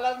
Las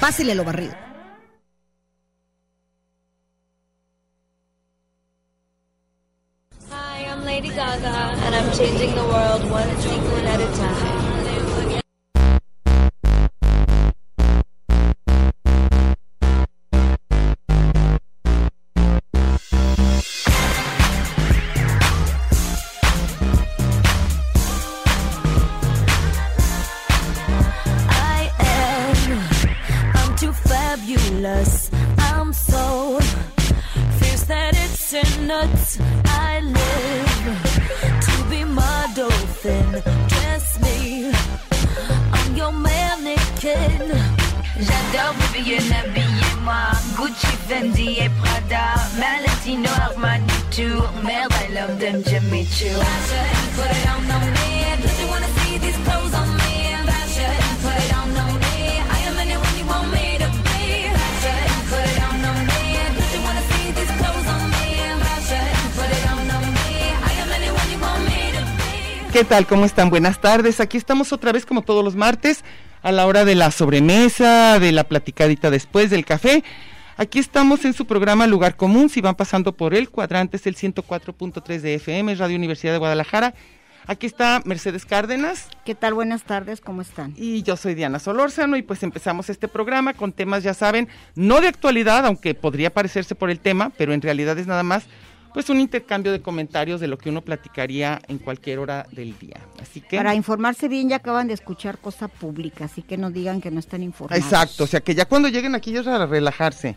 Pásele lo barrido. Hi, I'm Lady Gaga, and I'm changing the world one singlet at a time. I am. I'm too fabulous. I'm so fierce that it's in nuts. I live to be my dolphin. Dress me. I'm your mannequin. J'adore vous bien habillez-moi Gucci, Fendi et Prada Valentino, Armani, Tour Merde, I love them, Jimmy Choo Bash your head, put it on, on me. Don't you wanna see these clothes on me? Bash your head, put it on, on me. I am anyone you want me to be. Bash your head, put it on, on me. Don't you wanna see these clothes on me? Bash your head, put it on, on me. I am anyone you want me to be. ¿Qué tal? ¿Cómo están? Buenas tardes. Aquí estamos otra vez como todos los martes a la hora de la sobremesa, de la platicadita después del café. Aquí estamos en su programa Lugar Común. Si van pasando por el cuadrante es el 104.3 de FM, Radio Universidad de Guadalajara. Aquí está Mercedes Cárdenas ¿Qué tal? Buenas tardes, ¿cómo están? y yo soy Diana Solórzano y pues empezamos este programa con temas, ya saben, no de actualidad, aunque podría parecerse por el tema, pero en realidad es nada más pues un intercambio de comentarios de lo que uno platicaría en cualquier hora del día. Así que Para informarse bien, ya acaban de escuchar cosa pública, así que no digan que no están informados. Exacto, o sea que ya cuando lleguen aquí ya es para relajarse.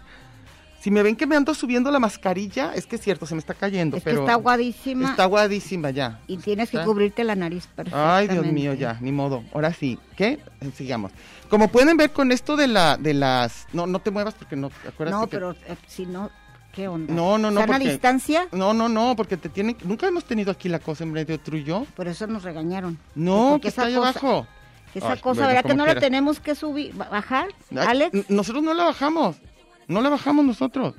Si me ven que me ando subiendo la mascarilla, es que es cierto, se me está cayendo, Es que pero está aguadísima está aguadísima ya. y tienes que Está- cubrirte la nariz perfectamente. Ay, Dios mío, ya, ni modo. Ahora sí, ¿qué? Eh, Sigamos. Como pueden ver con esto de la de las no no te muevas porque no acuérdate No, que- pero eh, si no, ¿qué onda? No, no, no, ¿Están porque- a distancia? No, no, no, porque te tienen que- nunca hemos tenido aquí la cosa en medio tuyo. Por eso nos regañaron. No, Porque que está esa ahí cosa- abajo. que Esa Ay, cosa, bueno, ¿verdad? Que como no la quieras. Ah, mm, tenemos que subir, ba- bajar, Ay, n- Alex. Nosotros no la bajamos. No la bajamos nosotros.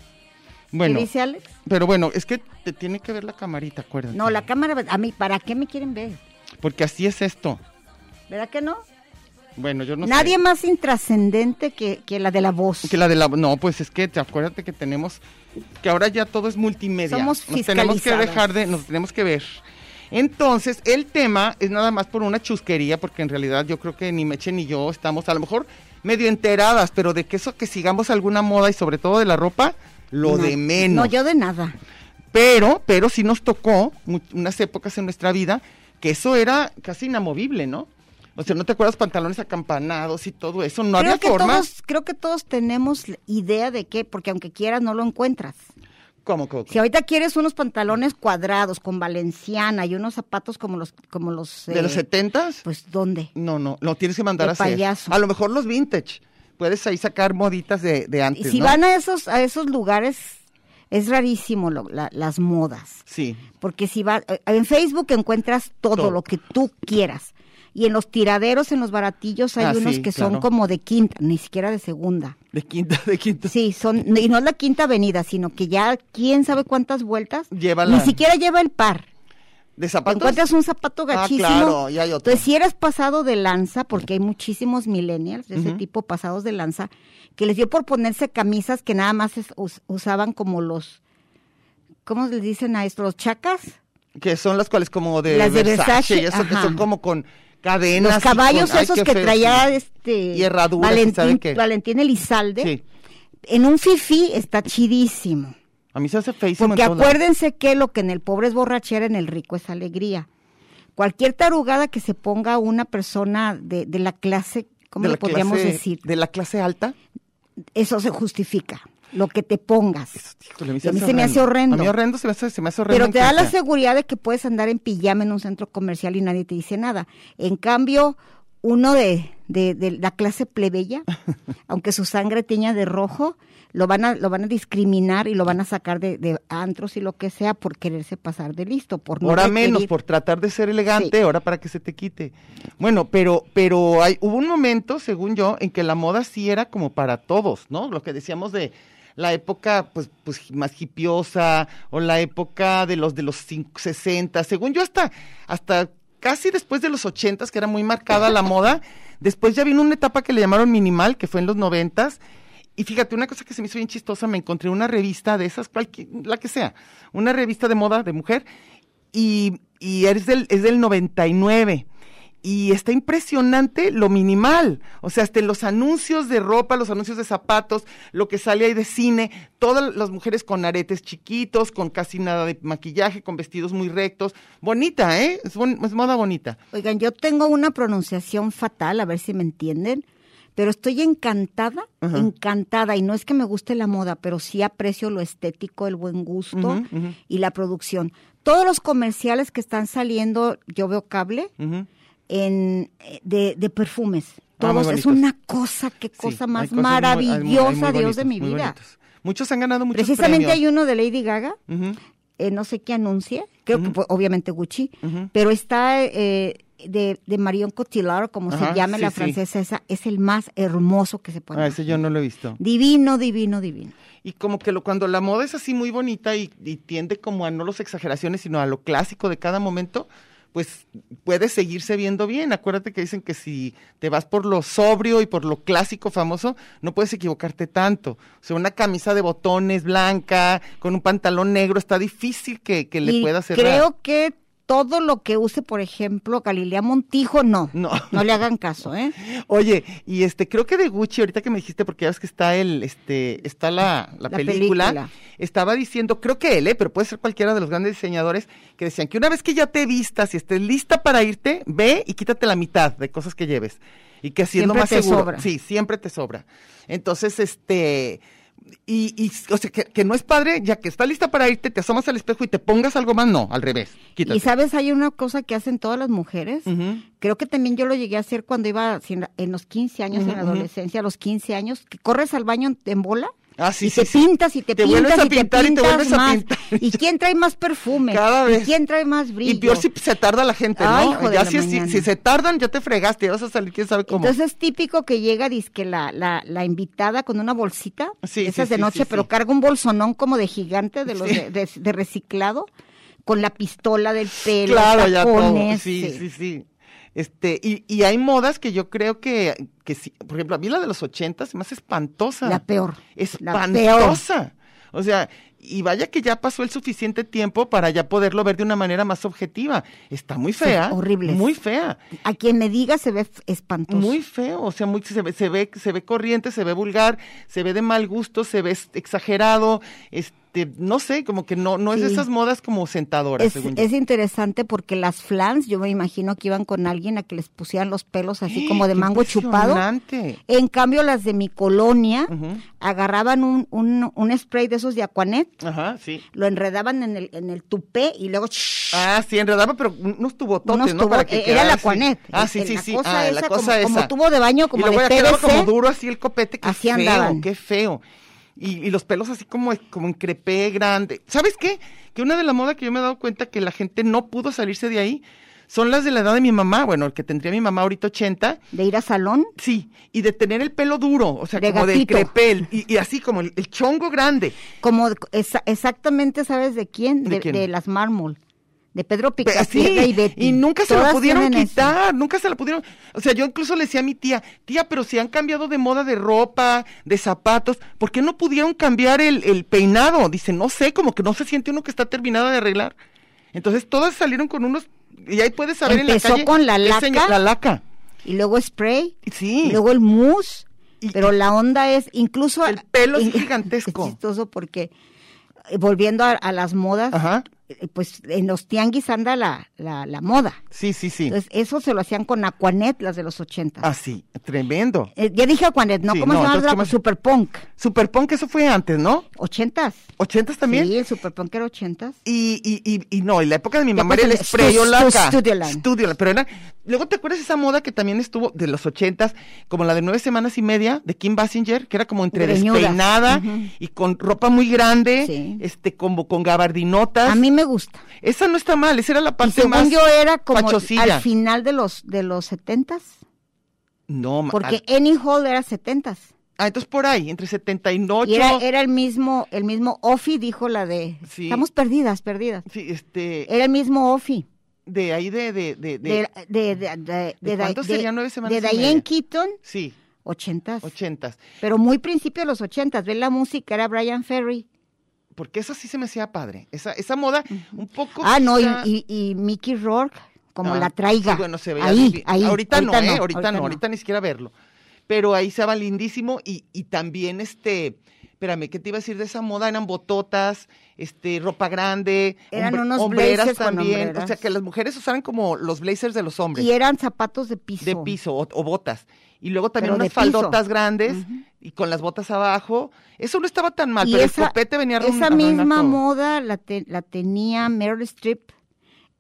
¿Qué Bueno, dice Alex? pero bueno, es que te tiene que ver la camarita, acuérdate. No, la cámara, pues, a mí, ¿para qué me quieren ver? Porque así es esto. ¿Verdad que no? Bueno, yo no Nadie sé. más intrascendente que, que la de la voz. Que la de la... No, pues es que te acuérdate que tenemos... Que ahora ya todo es multimedia. Somos Nos tenemos que fiscalizadas. dejar de... Nos tenemos que ver. Entonces, el tema es nada más por una chusquería, porque en realidad yo creo que ni Meche ni yo estamos a lo mejor medio enteradas, pero de que eso que sigamos alguna moda y sobre todo de la ropa, lo No, de menos. No, yo de nada. Pero, pero sí nos tocó mu- unas épocas en nuestra vida que eso era casi inamovible, ¿no? O sea, ¿no te acuerdas pantalones acampanados y todo eso? No creo había que forma. todos, creo que todos tenemos la idea de qué, porque aunque quieras no lo encuentras. ¿Cómo, cómo, Si ahorita quieres unos pantalones cuadrados con valenciana y unos zapatos como los como los ¿De eh, los setentas? pues dónde? No, no, lo tienes que mandar De a hacer. payaso. A lo mejor los vintage. Puedes ahí sacar moditas de, de Y antes, si ¿no? van a esos a esos lugares es rarísimo lo- la- las modas, Sí. porque si va eh, en Facebook encuentras todo, Todo. lo que tú quieras. Y en los tiraderos, en los baratillos hay Ah, unos sí, que son claro. como de quinta, ni siquiera de segunda. De quinta, de quinta. Sí, son, y no es la quinta avenida, sino que ya quién sabe cuántas vueltas. Lleva Ni la- siquiera lleva el par. Te ¿De zapatos? encuentras un zapato gachísimo. Ah, claro, y hay otro. Entonces, si eres pasado de lanza, porque hay muchísimos millennials de ese Ujú. tipo pasados de lanza, que les dio por ponerse camisas que nada más es- us- usaban como los. ¿Cómo les dicen a esto? ¿Los chacas? Que son las cuales como de Las de Versace, Versace, y eso que ajá. son como con cadenas. Los y con- caballos ay, esos qué que feo, traía sí. este. Y herraduras, ¿y Valentín, sabe qué? Valentín Elizalde. Sí. En un fifí está chidísimo. A mí se hace feísimo. Porque en todos lados. acuérdense que lo que en el pobre es borrachera, en el rico es alegría. Cualquier tarugada que se ponga una persona de, de la clase, ¿cómo De le la podríamos clase- decir? De la clase alta. Eso se justifica, lo que te pongas. Eso, híjole, a mí Y a mí se me hace horrendo. A mí horrendo se me hace, se me hace horrendo. Pero te da en la casa. seguridad de que puedes andar en pijama en un centro comercial y nadie te dice nada. En cambio, uno de, de- de la clase plebeya, aunque su sangre teña de rojo, lo van a, lo van a discriminar y lo van a sacar de, de antros y lo que sea por quererse pasar de listo, por no Ahora menos, requerir- por tratar de ser elegante, Sí. ahora para que se te quite. Bueno, pero, pero hay, hubo un momento, según yo, en que la moda sí era como para todos, ¿no? Lo que decíamos de la época pues, pues más hipiosa o la época de los de los cin- 60, según yo hasta hasta casi después de los 80 que era muy marcada la moda, después ya vino una etapa que le llamaron minimal, que fue en los 90 y fíjate, una cosa que se me hizo bien chistosa, me encontré una revista de esas, cualqui- la que sea, una revista de moda de mujer, y, y es, del, es del 99. Y está impresionante lo minimal. O sea, hasta en los anuncios de ropa, los anuncios de zapatos, lo que sale ahí de cine, todas las mujeres con aretes chiquitos, con casi nada de maquillaje, con vestidos muy rectos. Bonita, ¿eh? Es, bon- es moda bonita. Oigan, yo tengo una pronunciación fatal, a ver si me entienden, pero estoy encantada, Ajá. encantada, y no es que me guste la moda, pero sí aprecio lo estético, el buen gusto Ujú, ujú. y la producción. Todos los comerciales que están saliendo, yo veo cable, Ujú. en, eh, de, de perfumes. Ah, Todos, muy es bonitos. una cosa, qué Sí, cosa hay más cosas muy- hay muy- hay maravillosa, muy Dios bonitos, de mi muy vida. bonitos. Muchos han ganado muchos Precisamente hay premios. uno de Lady Gaga, Ujú. eh, no sé qué anuncia, creo que pues, obviamente Gucci, Ujú. pero está eh, de, de Marion Cotillard, como Ajá, se llame sí, la sí. francesa esa, es el más hermoso que se puede. Ah, ver. ese yo no lo he visto. Divino, divino, divino. Y como que lo, cuando la moda es así muy bonita y, y tiende como a no las exageraciones, sino a lo clásico de cada momento, pues puede seguirse viendo bien. Acuérdate que dicen que si te vas por lo sobrio y por lo clásico famoso, no puedes equivocarte tanto. O sea, una camisa de botones blanca, con un pantalón negro, está difícil que, que le Y pueda hacer. creo que todo lo que use, por ejemplo, Galilea Montijo, no. No. le hagan caso, ¿eh? Oye, y este, creo que de Gucci, ahorita que me dijiste, porque ya ves que está el, este, está la, La la película, película. estaba diciendo, creo que él, ¿eh? pero puede ser cualquiera de los grandes diseñadores, que decían que una vez que ya te vistas y estés lista para irte, ve y quítate la mitad de cosas que lleves. Y que así es lo Siempre más te seguro. sobra. Sí, siempre te sobra. Entonces, este, y, y o sea, que, que no es padre, ya que está lista para irte, te asomas al espejo y te pongas algo más, no, al revés, quítate. Y sabes, hay una cosa que hacen todas las mujeres. Ujú. Creo que también yo lo llegué a hacer cuando iba si en la- en los 15 años, en Ujú, la ujú. adolescencia, a los 15 años, que corres al baño en- en bola. Ah, sí, y sí, te sí. pintas y te, Te pintas vuelves a y te pintar y te pintas vuelves a más. pintar. ¿Y quién trae más perfume? Cada vez. ¿Y quién trae más brillo? Y peor si se tarda la gente, Ay, ¿no? hijo de ya la si, si, mañana. si se tardan, ya te fregaste, ya vas a salir quién sabe cómo. Entonces es típico que llega dizque la, la, la invitada con una bolsita, Sí, sí, esas sí, de noche, sí, pero sí. carga un bolsonón como de gigante de los Sí. de, de- de reciclado, con la pistola del pelo, claro, ya todo. tacones, Sí, sí. sí, sí. Este, y, y hay modas que yo creo que, que sí. Por ejemplo, a mí la de los 80 se me hace espantosa. La peor, la peor. Espantosa. O sea, y vaya que ya pasó el suficiente tiempo para ya poderlo ver de una manera más objetiva. Está muy Sí, fea. horribles. Muy fea. A quien me diga se ve f- espantoso. Muy feo, o sea, muy, se, ve, se, ve, se ve corriente, se ve vulgar, se ve de mal gusto, se ve es- exagerado, este, no sé, como que no, no es de Sí. esas modas como sentadoras, es, según yo. es interesante porque las flans, yo me imagino que iban con alguien a que les pusieran los pelos así como de ¡Eh! ¡Qué mango chupado. impresionante! En cambio, las de mi colonia Ujú. agarraban un, un, un spray de esos de Aquanet, Ajá, sí. lo enredaban en el, en el tupé y luego... ¡shh! Ah, sí, enredaba, pero unos tubototes, unos ¿no? tubos- Para que eh, era quedara la así. Aquanet. Ah, sí, el- sí, la sí. cosa ah, esa la cosa como, como esa. tubo de baño, como y luego de ya quedaba PVC. como duro así el copete, qué Así feo, andaban. qué feo. Y, y los pelos así como, como en crepé grande. ¿Sabes qué? Que una de las modas que yo me he dado cuenta que la gente no pudo salirse de ahí son las de la edad de mi mamá, bueno, el que tendría mi mamá ahorita 80, De ir a salón. sí, y de tener el pelo duro, o sea, De como del gatito. crepé, el- y, y así como el, el chongo grande. Como esa- exactamente, ¿sabes de quién? ¿De De, quién? de las mármol. De Pedro Pe- Picapiedra sí, y Betty. y nunca se lo Todas pudieron tienen eso. quitar, nunca se la pudieron. O sea, yo incluso le decía a mi tía, tía, pero si han cambiado de moda de ropa, de zapatos, ¿por qué no pudieron cambiar el, el peinado? Dice, no sé, como que no se siente uno que está terminada de arreglar. Entonces todas salieron con unos, y ahí puedes saber Empezó en la calle. con la el laca. señor- la laca. Y luego spray. Sí. y luego el mousse. Y- pero la onda es incluso El pelo es in- gigantesco. Es chistoso porque eh, volviendo a, a las modas, Ajá. eh, pues en los tianguis anda la, la, la moda. Sí, sí, sí. Entonces, eso se lo hacían con Aquanet, las de los 80. Así, tremendo. Eh, ya dije Aquanet, ¿no? Sí, ¿Cómo no, se llama? entonces, la- ¿cómo se- Superpunk. Superpunk, eso fue antes, ¿no? ¿80s? ¿80s también? Sí, el Superpunk era 80s. Y, y, y, y no, en la época de mi Ya mamá era el cuando el spray estu- o laca. estu- Studioline. Studioline, Pero era, luego te acuerdas esa moda que también estuvo de los ochentas, como la de nueve semanas y media de Kim Basinger, que era como entre Greñudas. despeinada Ujú. y con ropa muy grande, Sí. este, como con gabardinotas. A mí me gusta. Esa no está mal, esa era la Y parte más según yo era como pachosilla. al final de los de los 70s, No, ma- porque Annie Hall era 70s. ah, entonces por ahí, entre 78. Y era, eh, era el mismo el mismo Ofi dijo la de Sí. estamos perdidas, perdidas. Sí, este, Era el mismo Ofi de ahí de, de, de, de- de de de de ¿De de- cuánto de- sería nueve semanas de y Diane media? Keaton, sí, 80s. ochentas. Pero muy principio de los 80s, ve la música era Brian Ferry. Porque esa sí se me hacía padre. Esa, esa moda, un poco. Ah, no, y, quizá- y, y Mickey Rourke como Ah, la traiga. sí, bueno, se veía ahí, divi- ahí. Ahorita, no, ¿eh? Ahorita, no, ahorita ni siquiera verlo. Pero ahí estaba lindísimo y, y también este. Espérame, ¿qué te iba a decir de esa moda? Eran bototas, este, ropa grande, Eran unos blazers con O sea, hombreras. que las mujeres usaran como los blazers de los hombres, Y eran zapatos de piso. de piso o, o botas. Y luego también Pero de unas piso. faldotas grandes y con las botas abajo. Eso no estaba tan mal, Y pero el esa- copete venía a Esa arruinar misma todo. moda la, te- la tenía Meryl Streep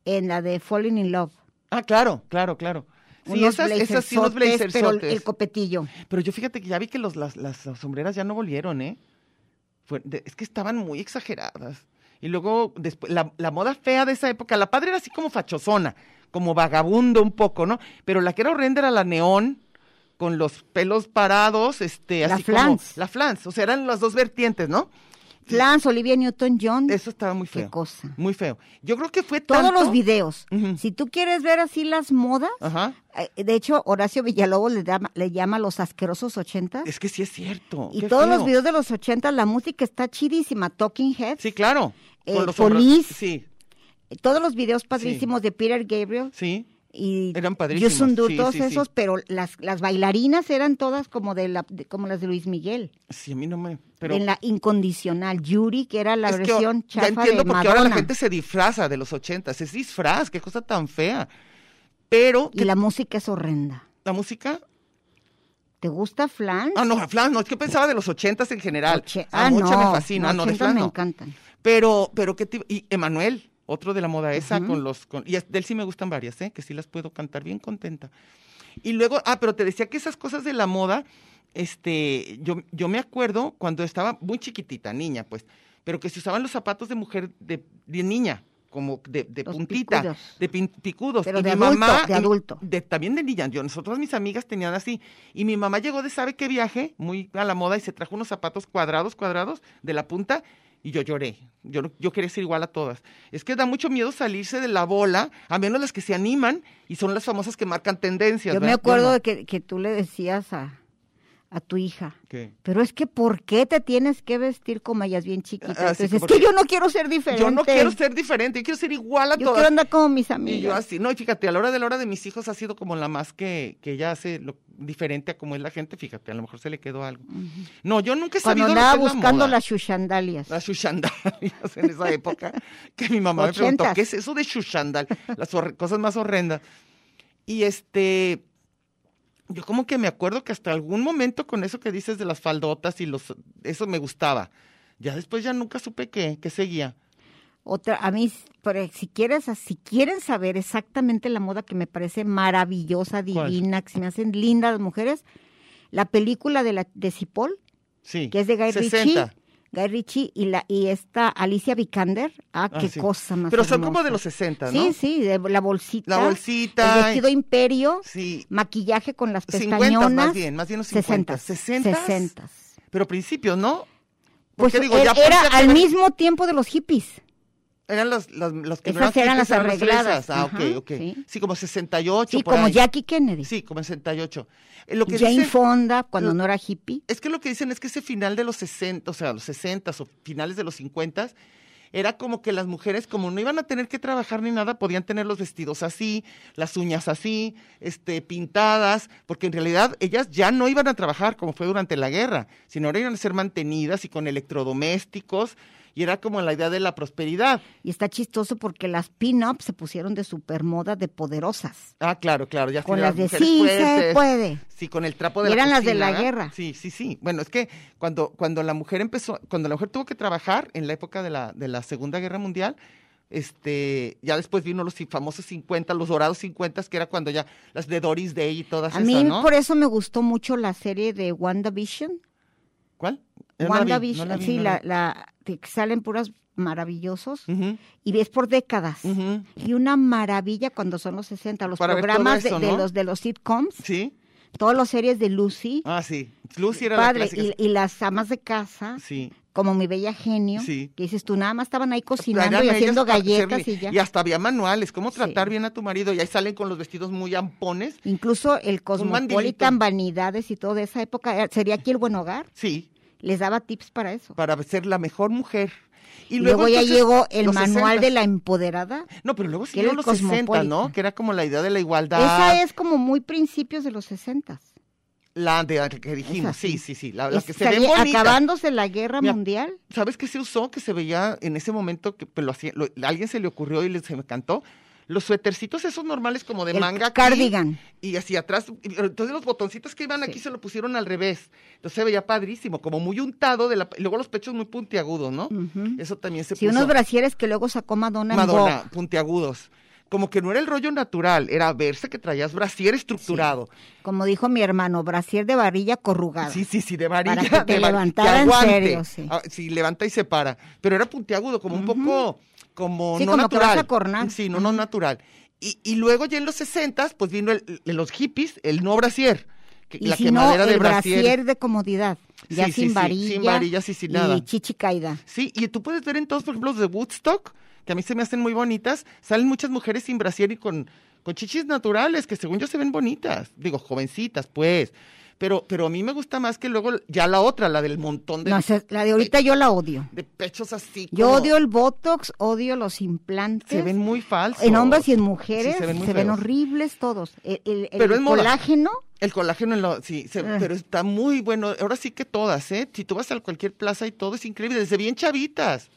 en la de Falling in Love. Ah, claro, claro, claro. Sí, esas, esas sí, unos blazersotes, pero el- blazersotes. el copetillo. Pero yo fíjate que ya vi que los, las, las sombreras ya no volvieron, ¿eh? Fue- de- es que estaban muy exageradas. Y luego, después, la, la moda fea de esa época, la padre era así como fachosona, como vagabundo un poco, ¿no? Pero la que era horrenda era la neón, con los pelos parados, este, La así flans. como. La flans. O sea, eran las dos vertientes, ¿no? Flans, Olivia Newton-John. Eso estaba muy Qué feo. cosa. Muy feo. Yo creo que fue Todos tanto- los videos. Ujú. Si tú quieres ver así las modas, Ajá. eh, de hecho, Horacio Villalobos le llama, le llama los asquerosos ochentas. Es que sí es cierto. Y qué todos los feo. videos de los 80, la música está chidísima. Talking Heads. Sí, claro. Eh, con los hombros- Police. Sí, Todos los videos padrísimos de Peter Gabriel. sí. Y Eran padrísimos, Yusun Dur, sí, todos sí, sí. esos, pero las, las bailarinas eran todas como de la de- como las de Luis Miguel. Sí, a mí no me. Pero en la incondicional. Yuri, que era la es que o- versión ya chafa entiendo de porque Madonna. ahora la gente se disfraza de los ochentas. Es disfraz, qué cosa tan fea. Pero Y la música es horrenda. la música. ¿Te gusta Flan? Ah, no, Flan, no, es que pensaba de los ochentas en general. Oche- ah, ah, mucha no, me fascina, no, no, de 80 Flan me no. encantan. Pero, pero qué tipo. Y Emanuel, otro de la moda esa, con los. Con, y es- de él sí me gustan varias, ¿eh? Que sí las puedo cantar bien contenta. Y luego, ah, pero te decía que esas cosas de la moda, este, yo, yo me acuerdo cuando estaba muy chiquitita, niña, pues, pero que se usaban los zapatos de mujer de, de niña, como de, de Los puntita, picudos. de pin- picudos. Pero y de mi adulto, mamá, de y- adulto. de- también de niña. Yo, nosotros mis amigas tenían así. Y mi mamá llegó de sabe qué viaje, muy a la moda, y se trajo unos zapatos cuadrados, cuadrados, de la punta, y yo lloré. Yo, no- yo quería ser igual a todas. Es que da mucho miedo salirse de la bola, a menos las que se animan, y son las famosas que marcan tendencias. Yo me ¿verdad? acuerdo no. de que, que tú le decías a, a tu hija, ¿Qué? pero es que ¿por qué te tienes que vestir como ellas bien chiquitas? Ah, sí, Entonces, es porque- que yo no quiero ser diferente. Yo no quiero ser diferente, yo quiero ser igual a Yo todas. quiero andar como mis amigas. Y yo así, no, y fíjate, a la hora de la hora de mis hijos ha sido como la más que, que ella hace lo diferente a como es la gente, fíjate, a lo mejor se le quedó algo. No, yo nunca he Cuando sabido lo andaba que es la buscando moda. las chuchandalias. Las chuchandalias en esa época, que mi mamá me preguntó, Ochentas. ¿qué es eso de chuchandal? Las horre- cosas más horrendas. Y este, yo como que me acuerdo que hasta algún momento con eso que dices de las faldotas y los, eso me gustaba. Ya después ya nunca supe qué, qué seguía. Otra, a mí, pero si quieres, si quieren saber exactamente la moda que me parece maravillosa, ¿Cuál? divina, que se me hacen lindas las mujeres, la película de la de Cipoll, Sí. que es de Guy 60. Ritchie, Guy Ritchie y la y esta Alicia Vikander, ah, Ah, qué sí. cosa más Pero son como hermosa. de los 60, ¿no? Sí, sí, de la bolsita. La bolsita. El vestido imperio, Sí. maquillaje con las 50 pestañonas. más bien, más bien los 50. 60. 60. Pero principios, ¿no? Pues Porque digo, er- ya era ponte a al ver- mismo tiempo de los hippies. Eran las, las, las que no Esas eran fresas, las arregladas, fresas. Ah, ajá, ok, ok. Sí, sí. como 68. Sí, por como ahí. Jackie Kennedy. Sí, como 68. Eh, Lo que Jane dicen- Fonda, cuando lo- no era hippie. Es que lo que dicen es que ese final de los 60, o sea, los 60 o finales de los 50 era como que las mujeres, como no iban a tener que trabajar ni nada, podían tener los vestidos así, las uñas así, este, pintadas, porque en realidad ellas ya no iban a trabajar como fue durante la guerra, sino ahora iban a ser mantenidas y con electrodomésticos Y era como la idea de la prosperidad. Y está chistoso porque las pin-ups se pusieron de supermoda de poderosas. Ah, claro, claro, ya Con sí, las de sí se fuertes. puede. Sí, con el trapo de la Eran las de cocina, la ¿eh? guerra. Sí, sí, sí. Bueno, es que cuando, cuando la mujer empezó, cuando la mujer tuvo que trabajar en la época de la, de la Segunda Guerra Mundial, este, ya después vino los famosos 50, los dorados 50, que era cuando ya las de Doris Day y todas A esas, mí ¿no? por eso me gustó mucho la serie de WandaVision. ¿Cuál? Yo no la vi, no e- WandaVision, la vi, sí, no la, la vi. la, que salen puras maravillosos Ujú, y ves por décadas. ujú. Y una maravilla cuando son los 60, los Para ver todo programas de- eso, de, ¿no? los de los sitcoms, Sí. todas las series de Lucy, Ah, sí. Lucy era padre, la clásica. y, y las amas de casa, Sí. como mi bella genio, Sí. que dices tú, nada más estaban ahí cocinando Eran y ellas haciendo para galletas servirle. y ya. Y hasta había manuales, cómo Sí. tratar bien a tu marido. Y ahí salen con los vestidos muy ampones. Incluso el Cosmopolitan, mandilito. Vanidades y todo de esa época, eh, sería aquí el Buen Hogar, Sí, les daba tips para eso. para ser la mejor mujer. Y luego, ya entonces, llegó el los manual de 60s. la empoderada. No, pero luego que era siguieron el los 60, ¿no? Cosmopolitan. Que era como la idea de la igualdad. Esa es como muy principios de los sesentas. La de la que dijimos, así. sí, sí, sí. La, la Es- que se ve salía- bonita. acabándose la guerra Mira, mundial. ¿Sabes qué se usó? Que se veía en ese momento que pues, lo hacía, lo- a alguien se le ocurrió y le, se me cantó. Los suétercitos esos normales como de El manga. aquí, cardigan. y hacia atrás. y- Entonces los botoncitos que iban aquí se lo pusieron al revés. Entonces se veía padrísimo, como muy untado. De la, y luego los pechos muy puntiagudos, ¿no? Ujú. Eso también se Sí, puso. unos brasieres que luego sacó Madonna, en Madonna, Vogue. puntiagudos. Como que no era el rollo natural, era verse que traías brasier estructurado. Como dijo mi hermano, brasier de varilla corrugada. Sí, sí, sí, de varilla. Para que te de va- levantara en aguante. serio, sí. Ah, levanta y se para. Pero era puntiagudo, como un poco, como Sí, no como que natural. vas a cornar. Sí, no, no natural. Y, y luego ya en los 60 pues vino el- los hippies, el no brasier. que- Y la si no, quemadera el de brasier. brasier. de comodidad. Ya Sí, sí, sin sí, varilla. sin varillas y sin nada. Y chichi caída. Sí, y tú puedes ver en todos, por ejemplo, los de Woodstock, que a mí se me hacen muy bonitas, salen muchas mujeres sin brasier y con, con chichis naturales, que según yo se ven bonitas, digo, jovencitas, pues. Pero, pero a mí me gusta más que luego ya la otra, la del montón de, No, esa- la de ahorita yo la odio. de pechos así. Yo como- odio el botox, odio los implantes. Se ven muy falsos. en hombres y en Sí, mujeres se ven muy feos. horribles todos. El, el- el Pero es moda. colágeno, El colágeno en lo- sí, se- Ah. pero está muy bueno. Ahora sí que todas, ¿eh? Si tú vas a cualquier plaza y todo es increíble, desde bien chavitas.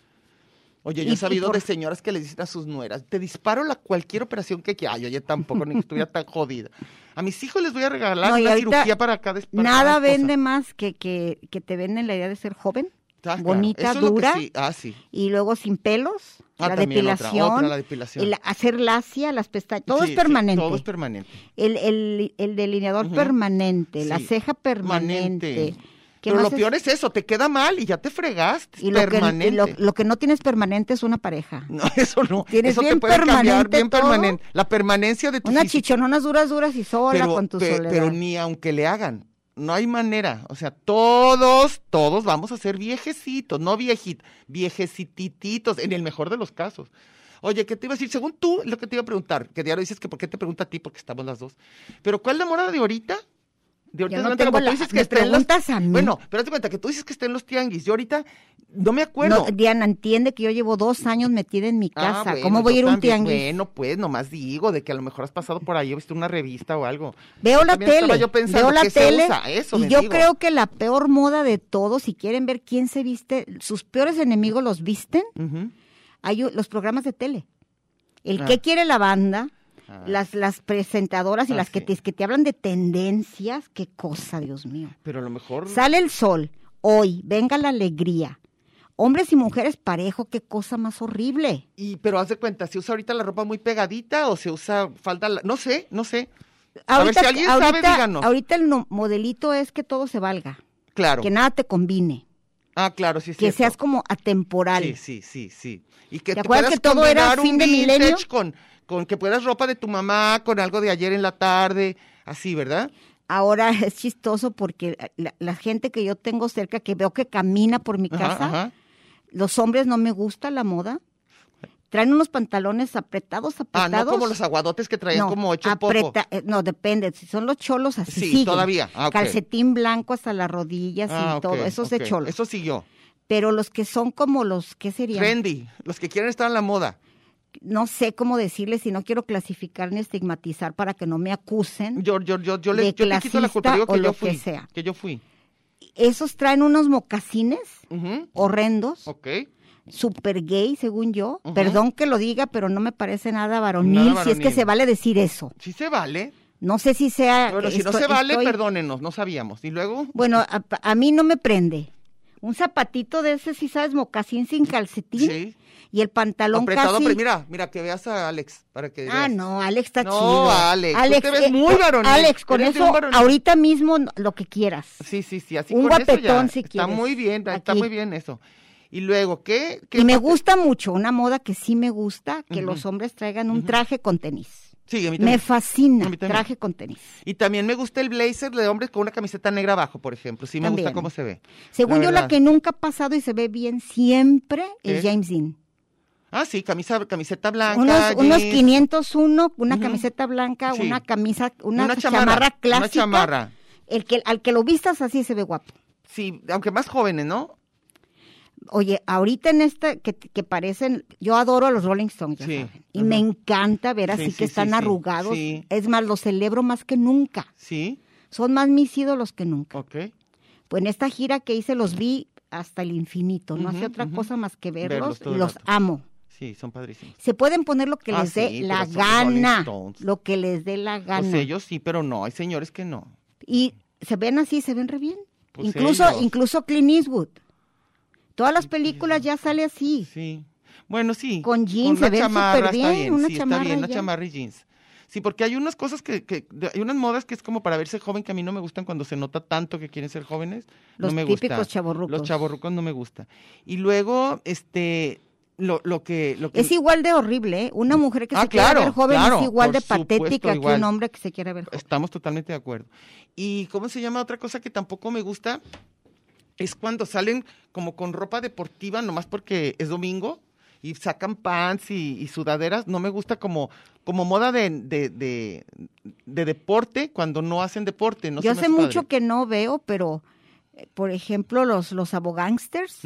Oye, yo Y- he y sabido por- de señoras que le dicen a sus nueras, te disparo la cualquier operación que quieras. Ay, oye, tampoco, ni que estuviera tan jodida. A mis hijos les voy a regalar No, y una ahorita cirugía para cada para nada cada cosa. vende más que, que, que te venden la idea de ser joven, Ah, claro, bonita, eso es lo que dura, sí, Ah, sí. y luego sin pelos, Ah, la, también otra, depilación, otra, la depilación. el hacer lacia, las pestañas, todo Sí, es sí, permanente. todo es permanente. el, el, el delineador Ujú. permanente, la Sí. ceja permanente. Permanente. ¿Qué Pero más lo peor es eso, te queda mal y ya te fregaste. y es lo que, permanente. Mm, y lo- lo que no tienes permanente es una pareja. No, eso no. Tienes eso bien te puede cambiar permanente bien todo. permanente. La permanencia de tu Unas físico. chichononas duras, duras y sola pero, con tu pe- soledad. pero ni aunque le hagan. No hay manera. O sea, todos, todos vamos a ser viejecitos, no viejit, viejecitititos, en el mejor de los casos. Oye, ¿qué te iba a decir? Según tú, lo que te iba a preguntar, que diario dices que por qué te pregunta a ti, porque estamos las dos. Pero ¿cuál es la morada de ahorita? De ahorita Yo en no adelante, tengo como tú la- dices que me está en los- preguntas a mí. Bueno, pero hazte cuenta que tú dices que está en los tianguis. Yo ahorita no me acuerdo. No, Diana, entiende que yo llevo dos años metida en mi casa. Ah, bueno, ¿Cómo voy a yo ir a un también. tianguis? Bueno, pues nomás digo de que a lo mejor has pasado por ahí, o visto una revista o algo. Veo Yo la también estaba tele, yo pensando, veo la ¿qué se tele usa? Eso y me yo digo. creo que la peor moda de todos, si quieren ver quién se viste, sus peores enemigos los visten, Ujú. hay u- los programas de tele. El Ah. que quiere la banda, Ah. las, las presentadoras y Ah, las que, sí. te, que te hablan de tendencias, qué cosa, Dios mío. Pero a lo mejor. Sale el sol, hoy, venga la alegría. Hombres y mujeres parejo, qué cosa más horrible. Y, pero haz de cuenta, ¿se usa ahorita la ropa muy pegadita o se usa falda? la- No sé, no sé. a ver si alguien sabe, ahorita- díganos. ahorita el no- modelito es que todo se valga, Claro. que nada te combine, Ah, claro, sí, es que cierto. seas como atemporal. Sí, sí, sí, sí. Y que ¿Te acuerdas que todo era combinar un fin de vintage milenio? Con, con que puedas ropa de tu mamá, con algo de ayer en la tarde, así, ¿verdad? Ahora es chistoso porque la, la gente que yo tengo cerca, que veo que camina por mi Ajá, casa, ajá. los hombres no me gusta la moda. Traen unos pantalones apretados, Ah, apretados. no como los aguadotes que traían No, como ocho un poco. apreta- eh, No, depende. Si son los cholos, así Sí, siguen. todavía. Ah, ok. Calcetín blanco hasta las rodillas Ah, y ok, todo. Eso es de ok. cholos. Eso siguió. Pero los que son como los, ¿qué serían? Trendy, los que quieren estar en la moda. No sé cómo decirles y no quiero clasificar ni estigmatizar para que no me acusen. Yo, yo, yo, yo, le, De yo te quito la clasista culpa, digo o que lo yo que fui. sea. yo fui. Esos traen unos mocasines Ujú, horrendos. Ok. super gay, según yo. Ujú. Perdón que lo diga, pero no me parece nada varonil, Nada si es que varonil. se vale decir eso. Sí se vale. No sé si sea... Bueno, si no Ah, esto- se vale, estoy- perdónenos, no sabíamos. Y luego, Bueno, a, a mí no me prende. Un zapatito de ese, sí sabes, mocasín sin calcetín. Sí. Y el pantalón apretado, casi... pero mira, mira, que veas a Alex, para que Ah, veas. no, Alex está No, chido. eh, Alex, tú te ves muy varonil. Alex, con Eres eso, un varonil. ahorita mismo no- lo que quieras. Sí, sí, sí, así Un con eso ya. guapetón, si está quieres, muy bien, está aquí. muy bien eso. Y luego, ¿qué? qué Y me parte- gusta mucho, una moda que sí me gusta, que Ujú. los hombres traigan un traje con tenis. Sí, a mí Me también. fascina, A mí también. traje con tenis. Y también me gusta el blazer de hombre con una camiseta negra abajo, por ejemplo. Sí me gusta También. cómo se ve. Según yo, la verdad. que nunca ha pasado y se ve bien siempre es ¿Es? James Dean. Ah, sí, camisa, camiseta blanca. Unos, unos jeans, 501, una Ah, Ujú. camiseta blanca, Sí. una camisa, una, Una chamarra, chamarra, clásica. una chamarra. El que, al que lo vistas así se ve guapo. Sí, aunque más jóvenes, ¿no? Oye, ahorita en esta que, que parecen, yo adoro a los Rolling Stones, ya Sí, saben, y ajá. me encanta ver así Sí, que sí, están sí, sí, arrugados. sí. Es más, los celebro más que nunca. Sí, Son más mis ídolos que nunca. ok. Pues en esta gira que hice los vi hasta el infinito, no Ujú, hacía otra ujú. cosa más que Verlos verlos, todo y el los rato. amo. Sí, son padrísimos. Se pueden poner lo que Ah, les dé sí, la pero son los Rolling gana, Stones. lo que les dé la gana. Pues ellos sí, pero no, hay señores que no. Y se ven así, se ven re bien. Pues incluso, ellos. incluso Clint Eastwood. Todas las películas ya sale así. Sí. Bueno, sí. Con jeans se una ven chamarra súper está bien, bien, una sí, está chamarra bien, una ya. chamarra y jeans. Sí, porque hay unas cosas que, que- de- hay unas modas que es como para verse joven que a mí no me gustan cuando se nota tanto que quieren ser jóvenes. Los no me típicos gusta. chavorrucos. Los chavorrucos no me gusta. Y luego, este, lo, lo que, lo que Es igual de horrible, ¿eh? Una mujer que Ah, se quiera claro, ver joven claro, es igual por de supuesto, patética que igual. un hombre que se quiera ver joven. Estamos totalmente de acuerdo. ¿Y cómo se llama otra cosa que tampoco me gusta? Es cuando salen como con ropa deportiva, nomás porque es domingo, y sacan pants y, y sudaderas. No me gusta como, como moda de, de, de- de deporte cuando no hacen deporte. No Yo hace mucho que no veo, pero, eh, por ejemplo, los, los abogangsters,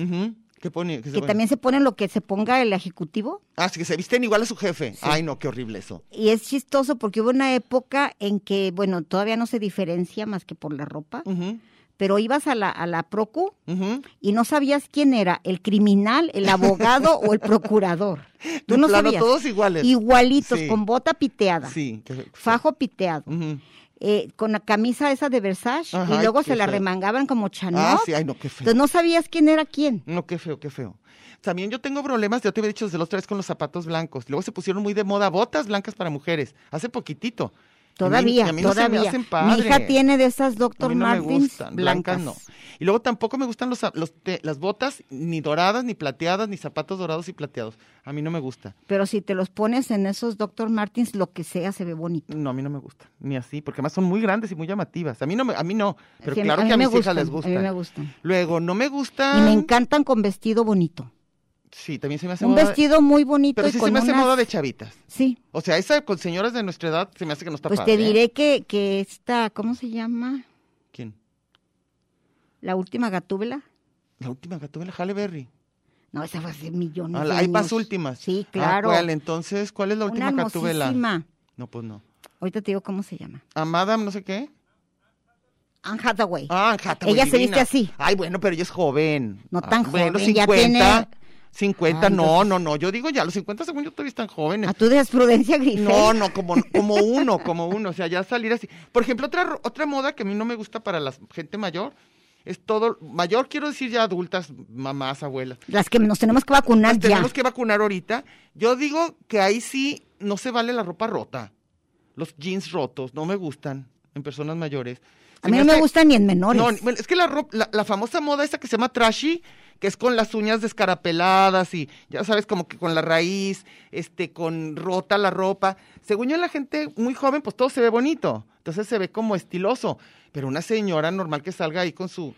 ¿Qué pone? ¿Qué se que pone? también se ponen lo que se ponga el ejecutivo. Ah, sí, que se visten igual a su jefe. Ay, no, qué horrible eso. Y es chistoso porque hubo una época en que, bueno, todavía no se diferencia más que por la ropa, Ujú, pero ibas a la, a la procu ujú. y no sabías quién era, el criminal, el abogado o el procurador. Tú De no plano, sabías. todos iguales. Igualitos, Sí. con bota piteada, Sí. qué- fajo piteado. Ujú. eh, con la camisa esa de Versace Ajá, y luego ay, se qué la feo. remangaban como Chanel. Ah, sí, ay, no, qué feo. Entonces no sabías quién era quién. No, qué feo, qué feo. También yo tengo problemas, yo te había dicho desde los tres con los zapatos blancos. Luego se pusieron muy de moda botas blancas para mujeres, hace poquitito. Y a mí- Todavía, y a mí no se me todavía. hacen Mi hija padre. tiene de esas A Dr. mí no me Martens gustan, blancas. blancas no. Y luego tampoco me gustan los, za- los te- las botas ni doradas, ni plateadas, ni zapatos dorados y plateados. A mí no me gusta. Pero si te los pones en esos Dr. Martens, lo que sea se ve bonito. No, a mí no me gusta, ni así, porque además son muy grandes y muy llamativas. A mí no, me- a mí no, pero Sí, claro que a me mis hijas gustan, les Ah. A mí me gustan. gustan. Luego, no me Y me gustan. encantan con vestido bonito. Sí, también se me hace Un moda. de- vestido muy bonito Pero y sí con se me hace unas- moda de chavitas. Sí. O sea, esa con señoras de nuestra edad se me hace que no está Pues padre. te ¿eh? diré que, que esta, ¿cómo se llama? ¿Quién? La última gatúbela. La última Gatúbela Halle Berry. No, esa fue hace millones Ah, de la- hay años. más últimas. Sí, Ah, claro. ¿Cuál? Entonces, ¿cuál es la última Una Gatúbela? hermosísima. No, pues no. Ahorita te digo cómo se llama. A Madame, no sé qué. Anne Hathaway. Ah, Jata. Ella se viste así. Ay, bueno, pero ella es joven. No Ah, tan bueno, joven, ya 50. tiene- 50, Ah, no, entonces- no, no. Yo digo ya, los 50 según yo todavía están jóvenes. ¿A tú de prudencia, Grifel? No, no, como, como uno, como uno. O sea, ya salir así. Por ejemplo, otra, ro- otra moda que a mí no me gusta para la gente mayor es todo. Mayor quiero decir ya adultas, mamás, abuelas. Las que nos tenemos que vacunar Nos ya. Pues tenemos que vacunar ahorita. Yo digo que ahí sí no se vale la ropa rota. Los jeans rotos no me gustan en personas mayores. A mí no me gusta gustan ni en menores. No, bueno, es que la, ro- la, la famosa moda esa que se llama trashy, que es con las uñas descarapeladas y ya sabes, como que con la raíz, este, con rota la ropa. Según yo, la gente muy joven, pues todo se ve bonito. Entonces se ve como estiloso. Pero una señora normal que salga ahí con su.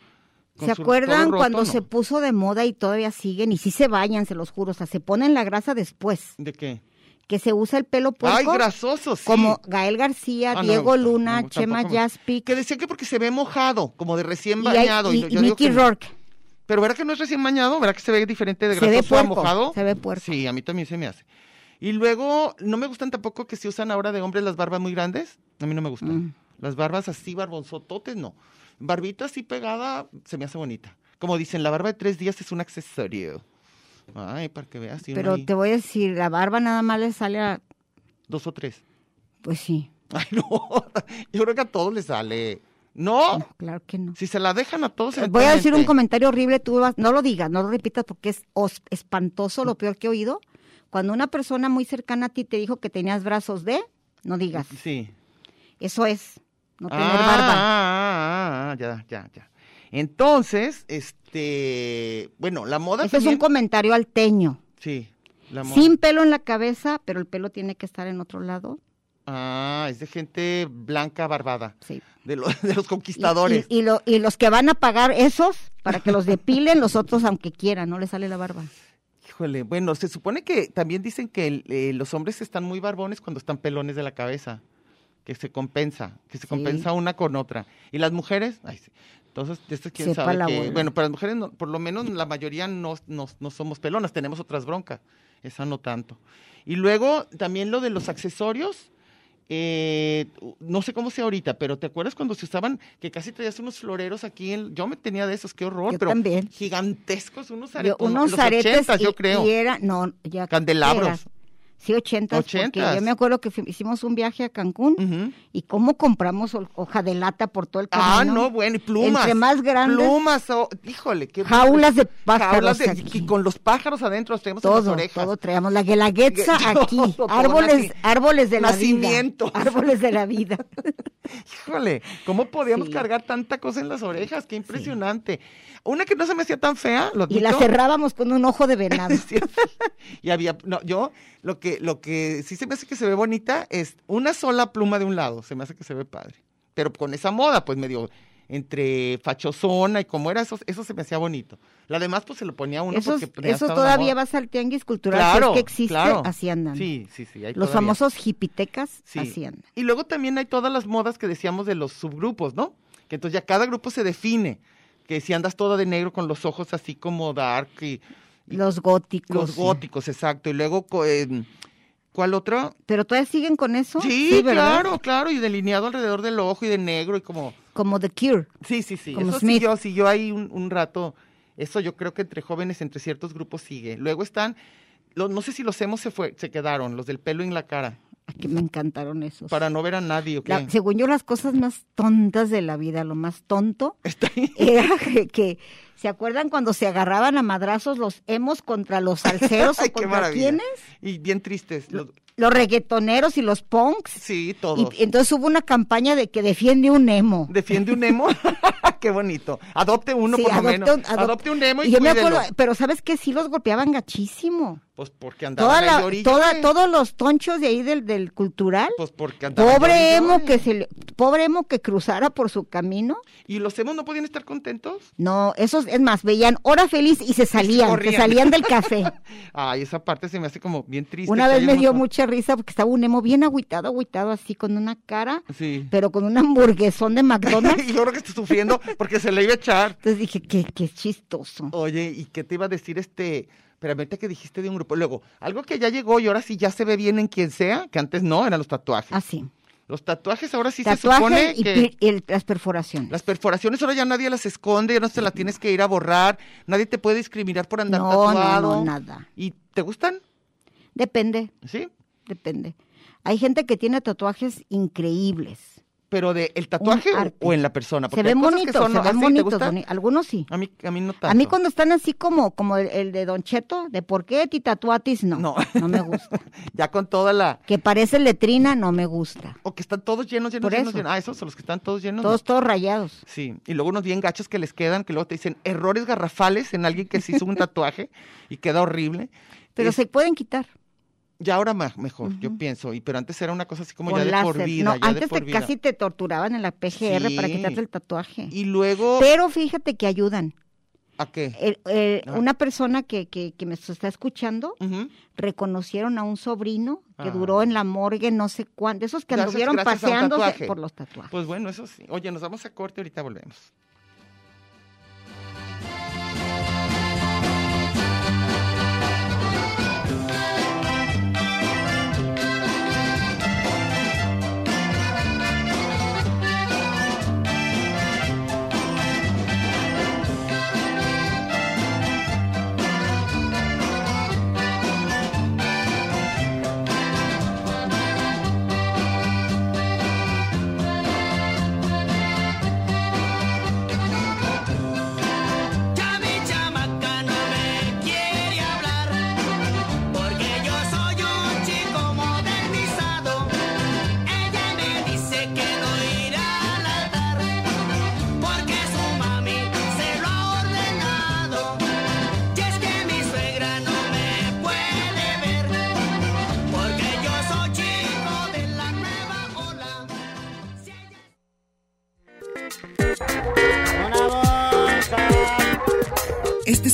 con ¿Se su- todo acuerdan roto, cuando no. se puso de moda y todavía siguen? Y sí se bañan, se los juro. O sea, se ponen la grasa después. ¿De qué? Que se usa el pelo puerco. Ay, grasoso, Pues sí. Como Gael García, Ah, no me Diego gusta, no me Luna, gusta, Chema tampoco me- Jaspic Que decían que porque se ve mojado, como de recién y, hay- bañado. y- yo- y yo digo Mickey que no. Rourke. Pero ¿verdad que no es recién bañado? ¿Verdad que se ve diferente de Se ve grasoso a puerco, mojado? se ve puerco. Sí, a mí también se me hace. Y luego, no me gustan tampoco que se usan ahora de hombres las barbas muy grandes. A mí no me gustan. Mm. Las barbas así, barbonzototes, no. Barbita así pegada, se me hace bonita. Como dicen, la barba de tres días es un accesorio. Ay, para que veas. si uno Pero ahí, te voy a decir, la barba nada más le sale a... Dos o tres. Pues sí, Ay, no. Yo creo que a todos les sale. No. no, claro que no. Si se la dejan a todos. Eh, Voy a decir un eventualmente. comentario horrible, tú vas- no lo digas, no lo repitas porque es os- espantoso, lo peor que he oído. Cuando una persona muy cercana a ti te dijo que tenías brazos de, no digas. Sí. Eso es, no tener ah, barba. ah, ah, ah, ya, ya, ya. Entonces, este. Bueno, la moda Ese es un también- comentario alteño. Sí. La moda. Sin pelo en la cabeza, pero el pelo tiene que estar en otro lado. Ah, es de gente blanca barbada. Sí. De, los de los Y- conquistadores. Y, y lo- y los que van a pagar esos para que los depilen, los otros, aunque quieran, no les sale la barba. Híjole, bueno, se supone que también dicen que el- eh, los hombres están muy barbones cuando están pelones de la cabeza, que se compensa, que se compensa una con otra. Y las mujeres, ay, sí. entonces, esto quién Sepa sabe la que- bola. bueno, para las mujeres, no- por lo menos la mayoría no, no- no somos pelonas, tenemos otras broncas, esa no tanto. Y luego también lo de los accesorios, eh, no sé cómo sea ahorita, pero ¿te acuerdas cuando se usaban que casi traías unos floreros aquí? en- yo me tenía de esos, qué horror, Yo pero también. gigantescos, unos Yo- aretes, unos los aretes 80s, y, yo creo. y era, no, ya Candelabros. eras. Sí, ochentas, porque Ochentas. yo me acuerdo que fu- hicimos un viaje a Cancún Ujú. y cómo compramos hol- hoja de lata por todo el camino. Ah, no, bueno, y plumas. Entre más grandes, Plumas, oh, híjole, qué Jaulas de pájaros Jaulas de- aquí. y con los pájaros adentro, los tenemos en las todo, orejas. todo traíamos la guelaguetza Todo, aquí, todo, árboles, naci- árboles de la nacimientos. vida, árboles de la vida. Híjole, ¿cómo podíamos Sí. cargar tanta cosa en las orejas? Qué impresionante. Una que no se me hacía tan fea, lo y la admito. cerrábamos con un ojo de venado. Sí, y había, no, yo, lo que, lo que sí se me hace que se ve bonita es una sola pluma de un lado, se me hace que se ve padre. Pero con esa moda, pues medio entre fachosona y como era, eso, eso se me hacía bonito. La demás, pues se lo ponía uno Esos, porque ya esos estaba la todavía moda. vas al tianguis cultural, si es que existe, así andan. Sí, sí, sí. hay Los todavía. famosos hipitecas, Sí. así andan. Y luego también hay todas las modas que decíamos de los subgrupos, ¿no? Que entonces ya cada grupo se define. Que si andas toda de negro con los ojos así como dark y Y- Los góticos. los góticos, exacto. Y luego, co- em, ¿cuál otro? ¿Pero todavía siguen con eso? Sí, ¿verdad? claro, claro. Y delineado alrededor del ojo y de negro y como... Como The Cure. Sí, sí, sí. Como eso Smith. siguió, siguió ahí un, un rato. Eso yo creo que entre jóvenes, entre ciertos grupos sigue. Luego están... los- no sé si los hemos se, fue, se quedaron, los del pelo en la cara, Ah, Que me encantaron esos. para no ver a nadie. ¿o qué? La- según yo, las cosas más tontas de la vida, lo más tonto, Está ahí. era que, que- ¿se acuerdan cuando se agarraban a madrazos los hemos contra los salseros Ay, o contra quiénes? Y bien tristes. los- Los reggaetoneros y los punks. sí, Y, todos. y entonces hubo una campaña de que defiende un emo. Defiende un emo. Qué bonito. Adopte uno Sí, por lo adopta menos. un- Adopte, adop- un emo y, yo me cuídelo. acuerdo, pero ¿sabes qué? Sí los golpeaban gachísimo. Pues porque andaba Toda ahí la- llorille. toda, todos los tonchos de ahí del, del cultural. Pues porque andaban Pobre llorille. emo que se le- pobre emo que cruzara por su camino. ¿Y los emos no podían estar contentos? No, esos es más, veían hora feliz y se salían, se corrían. salían del café. Ay, esa parte se me hace como bien triste. Una que vez haya me unos- dio mucha risa porque estaba un emo bien agüitado, agüitado así con una cara, Sí. pero con un hamburguesón de McDonald's. y yo creo que está sufriendo porque se le iba a echar. Entonces dije, qué, qué chistoso. Oye, ¿y qué te iba a decir este? Pero ahorita que dijiste de un grupo. Luego, algo que ya llegó y ahora sí ya se ve bien en quien sea, que antes no, eran los tatuajes. Así. Los tatuajes ahora sí se Tatuaje supone y, que... pi- y el- las perforaciones. Las perforaciones ahora ya nadie las esconde, ya no se la tienes que ir a borrar, nadie te puede discriminar por andar No, no, tatuado. no, nada. ¿Y te gustan? Depende, Sí, depende. Hay gente que tiene tatuajes increíbles. pero de el tatuaje Un o- arte. o en la persona, porque se hay ven cosas que bonitos, son se ven nomás de- ¿te bonitos. gustan? boni- Algunos sí. A mí a mí no tanto. A mí cuando están así como, como el, el de Don Cheto, de por qué ti tatuatis, no, No. no. me gusta. ya con toda la Que parece letrina, no me gusta. o que están todos llenos llenos Por llenos, eso. llenos. Ah, esos son los que están todos llenos. Todos, ¿no? todos rayados. Sí, y luego unos bien gachos que les quedan, que luego te dicen errores garrafales en alguien que se hizo un tatuaje y queda horrible. Pero Es- se pueden quitar. ya ahora más, mejor, yo pienso, y pero antes era una cosa así como con ya de por láser. vida, no, ya de antes por te- vida. casi te torturaban en la PGR para Sí. quitarte el tatuaje. Y luego Pero fíjate que ayudan. ¿A qué? El- el- Ah. Una persona que, que, que me está escuchando Ujú. reconocieron a un sobrino que Ah. duró en la morgue no sé cuánto, de esos que Gracias- anduvieron gracias a un tatuaje. paseándose por los tatuajes. Pues bueno, eso sí. Oye, nos vamos a corte, ahorita volvemos. Este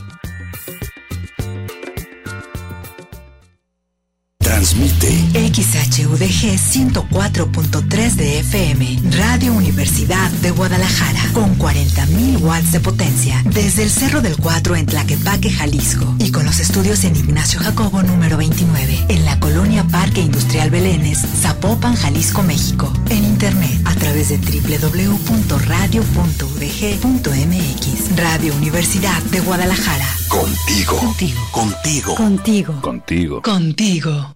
Transmite XHUDG 104.3 de FM, Radio Universidad de Guadalajara, con 40.000 watts de potencia, desde el Cerro del Cuatro en Tlaquepaque, Jalisco, y con los estudios en Ignacio Jacobo número 29, en la colonia Parque Industrial Belénes, Zapopan, Jalisco, México, en internet a través de www.radio.udg.mx, Radio Universidad de Guadalajara. contigo. Contigo. Contigo. Contigo. Contigo. Contigo.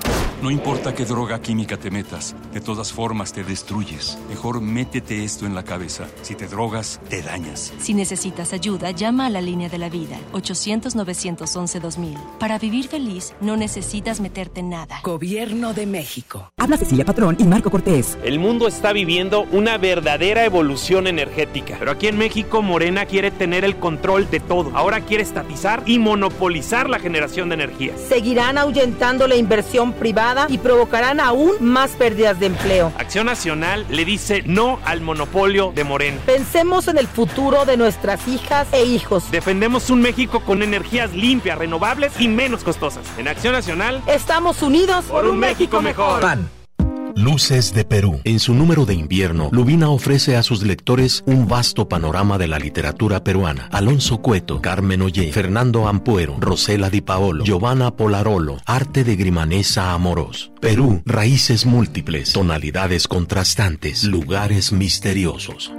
No importa qué droga química te metas, de todas formas te destruyes. Mejor métete esto en la cabeza. Si te drogas, te dañas. Si necesitas ayuda, llama a la línea de la vida, 800-911-2000. Para vivir feliz, no necesitas meterte en nada. Gobierno de México. Habla Cecilia Patrón y Marco Cortés. El mundo está viviendo una verdadera evolución energética. Pero aquí en México, Morena quiere tener el control de todo. Ahora quiere estatizar y monopolizar la generación de energía. Seguirán ahuyentando la inversión privada y provocarán aún más pérdidas de empleo. Acción Nacional le dice no al monopolio de Morena. Pensemos en el futuro de nuestras hijas e hijos. Defendemos un México con energías limpias, renovables y menos costosas. En Acción Nacional, Estamos unidos por un México mejor. Luces de Perú. En su número de invierno, Lubina ofrece a sus lectores un vasto panorama de la literatura peruana. Alonso Cueto, Carmen Ollé, Fernando Ampuero, Rosela Di Paolo, Giovanna Polarolo, Arte de Grimanesa Amorós. Perú, raíces múltiples, tonalidades contrastantes, lugares misteriosos.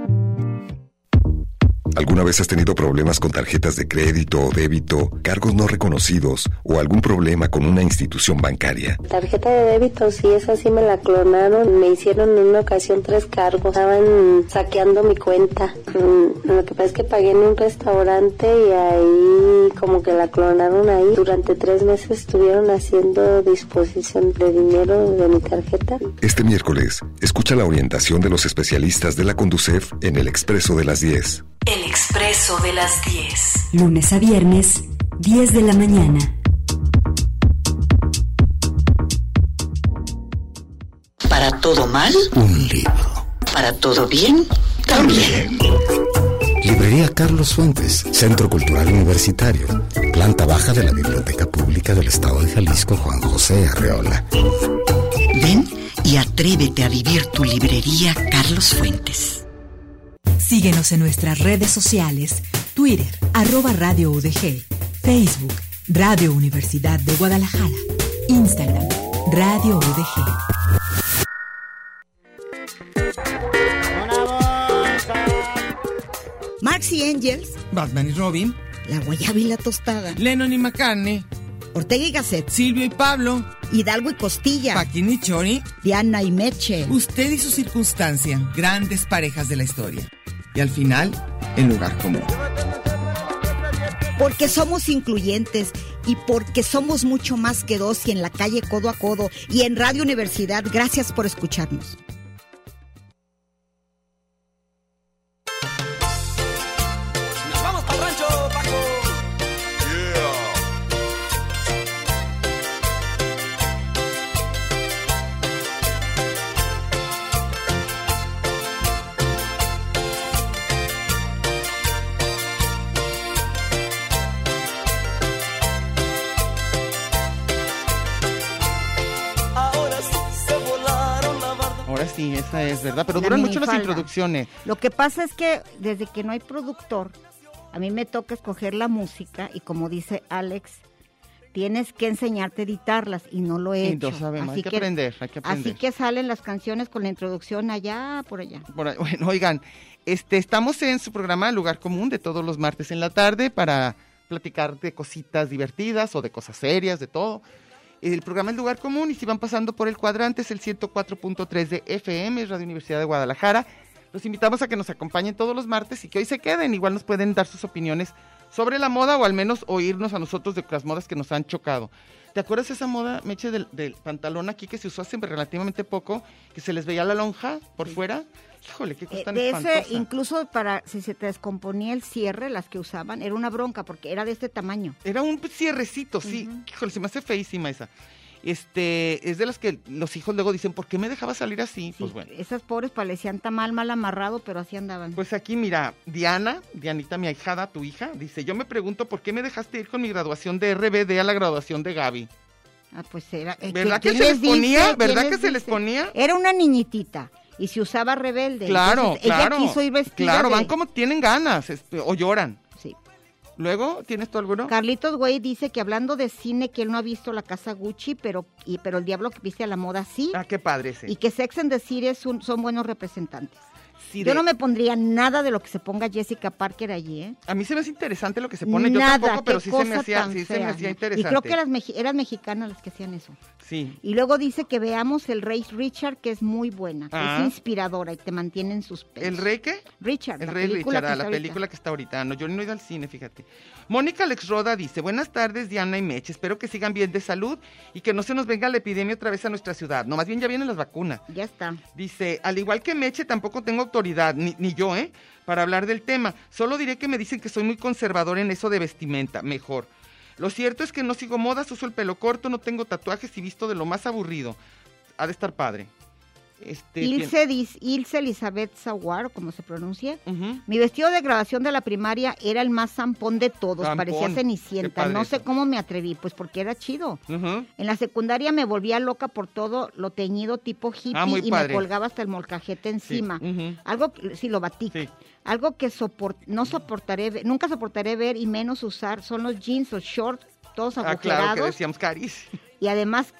¿Alguna vez has tenido problemas con tarjetas de crédito o débito, cargos no reconocidos o algún problema con una institución bancaria? Tarjeta de débito, sí, esa sí me la clonaron. Me hicieron en una ocasión tres cargos. Estaban saqueando mi cuenta. Mm, Lo que pasa es que pagué en un restaurante y ahí como que la clonaron ahí. Durante tres meses estuvieron haciendo disposición de dinero de mi tarjeta. Este miércoles, escucha la orientación de los especialistas de la Conducef en el Expreso de las 10. El expreso de las 10. Lunes a viernes, 10 de la mañana. Para todo mal, Un libro. para todo bien, también. Librería Carlos Fuentes, Centro Cultural Universitario, planta baja de la Biblioteca Pública del Estado de Jalisco Juan José Arreola. Ven y atrévete a vivir tu librería Carlos Fuentes. Síguenos en nuestras redes sociales, Twitter, arroba Radio UDG, Facebook, Radio Universidad de Guadalajara, Instagram, Radio UDG. Marx y Engels, Batman y Robin, la guayaba y la tostada. Lennon y McCartney, Ortega y Gasset, Silvio y Pablo, Hidalgo y Costilla, Paquín y Chori, Diana y Meche. usted y su circunstancia, grandes parejas de la historia. Y al final, el lugar común. Porque somos incluyentes y porque somos mucho más que dos y en la calle codo a codo y en Radio Universidad. Gracias por escucharnos. Nos vamos para rancho, Paco. Ahora sí se volaron la barda. Ahora sí, esa es, ¿verdad? Pero La duran mucho las minifalda. introducciones. Lo que pasa es que desde que no hay productor, a mí me toca escoger la música y como dice Alex, tienes que enseñarte a editarlas y no lo he hecho. Entonces, sabemos, hay que, aprender, hay que aprender. Así que salen las canciones con la introducción allá, por allá. Por ahí- bueno, oigan, este, estamos en su programa Lugar Común de todos los martes en la tarde para platicar de cositas divertidas o de cosas serias, de todo. El programa es Lugar Común y si van pasando por el cuadrante es el 104.3 de FM, es Radio Universidad de Guadalajara, Los invitamos a que nos acompañen todos los martes y que hoy se queden. Igual nos pueden dar sus opiniones sobre la moda o al menos oírnos a nosotros de las modas que nos han chocado. ¿Te acuerdas esa moda, Meche, del, del pantalón aquí que se usó hace relativamente poco, que se les veía la lonja por fuera? Híjole, qué cosa Eh, tan de ese, espantosa. incluso para si se te descomponía el cierre, las que usaban, era una bronca porque era de este tamaño. Era un cierrecito, sí. Híjole, se me hace feísima esa. Este, es de las que los hijos luego dicen, ¿por qué me dejaba salir así? pues bueno. Esas pobres parecían tan mal, mal amarrado, pero así andaban. Pues aquí, mira, Diana, Dianita, mi ahijada, tu hija, dice, yo me pregunto por qué me dejaste ir con mi graduación de RBD a la graduación de Gaby. Ah, pues era. eh, ¿Verdad ¿quién- que quién se les ponía? dice? ¿Verdad ¿Quién que se les dice? ponía? Era una niñitita y se usaba rebelde. Claro, Entonces, claro. Ella quiso ir vestida. Claro, de- van como tienen ganas este, o lloran. Sí. Luego, ¿tienes tú alguno? Carlitos Güey dice que hablando de cine, que él no ha visto la casa Gucci, pero, y, pero el diablo que viste a la moda sí. Ah, qué padre ese. Y que Sex and the City es un- son buenos representantes. Sí, Yo de- no me pondría nada de lo que se ponga Jessica Parker allí, ¿eh? A mí se me hace interesante lo que se pone. Nada, yo tampoco, pero qué sí se me cosa hacía, tan sí se me fea, hacía ¿no? interesante. Y creo que eran, meji- eran mexicanas las que hacían eso. Sí. Y luego dice que veamos el Rey Richard, que es muy buena, que Ah. es inspiradora y te mantiene en suspenso. ¿El rey qué? Richard. El la Rey película Richard, que ah, la está ahorita. película que está ahorita. Ah, No, yo no he ido al cine, fíjate. Mónica Alex Roda dice, buenas tardes Diana y Meche, espero que sigan bien de salud y que no se nos venga la epidemia otra vez a nuestra ciudad. No, más bien ya vienen las vacunas. Ya está. Dice, al igual que Meche, tampoco tengo autoridad, ni, ni yo, ¿eh? Para hablar del tema. Solo diré que me dicen que soy muy conservador en eso de vestimenta, mejor. Lo cierto es que no sigo modas, uso el pelo corto, no tengo tatuajes y visto de lo más aburrido. Ha de estar padre. Este, ¿quién? Ilse, Dis- Ilse Elizabeth Zawar, o como se pronuncia. Mi vestido de grabación de la primaria era el más zampón de todos, Zampón. parecía Qué cenicienta. padre No eso. sé cómo me atreví, pues porque era chido. Ujú. En la secundaria me volvía loca por todo lo teñido tipo hippie Ah, muy y padre. me colgaba hasta el molcajete encima. ujú. Algo, que- sí, lo batí. Algo que sopor- no soportaré, ve- nunca soportaré ver y menos usar son los jeans o shorts, todos Ah, claro, que agujerados decíamos caris. y además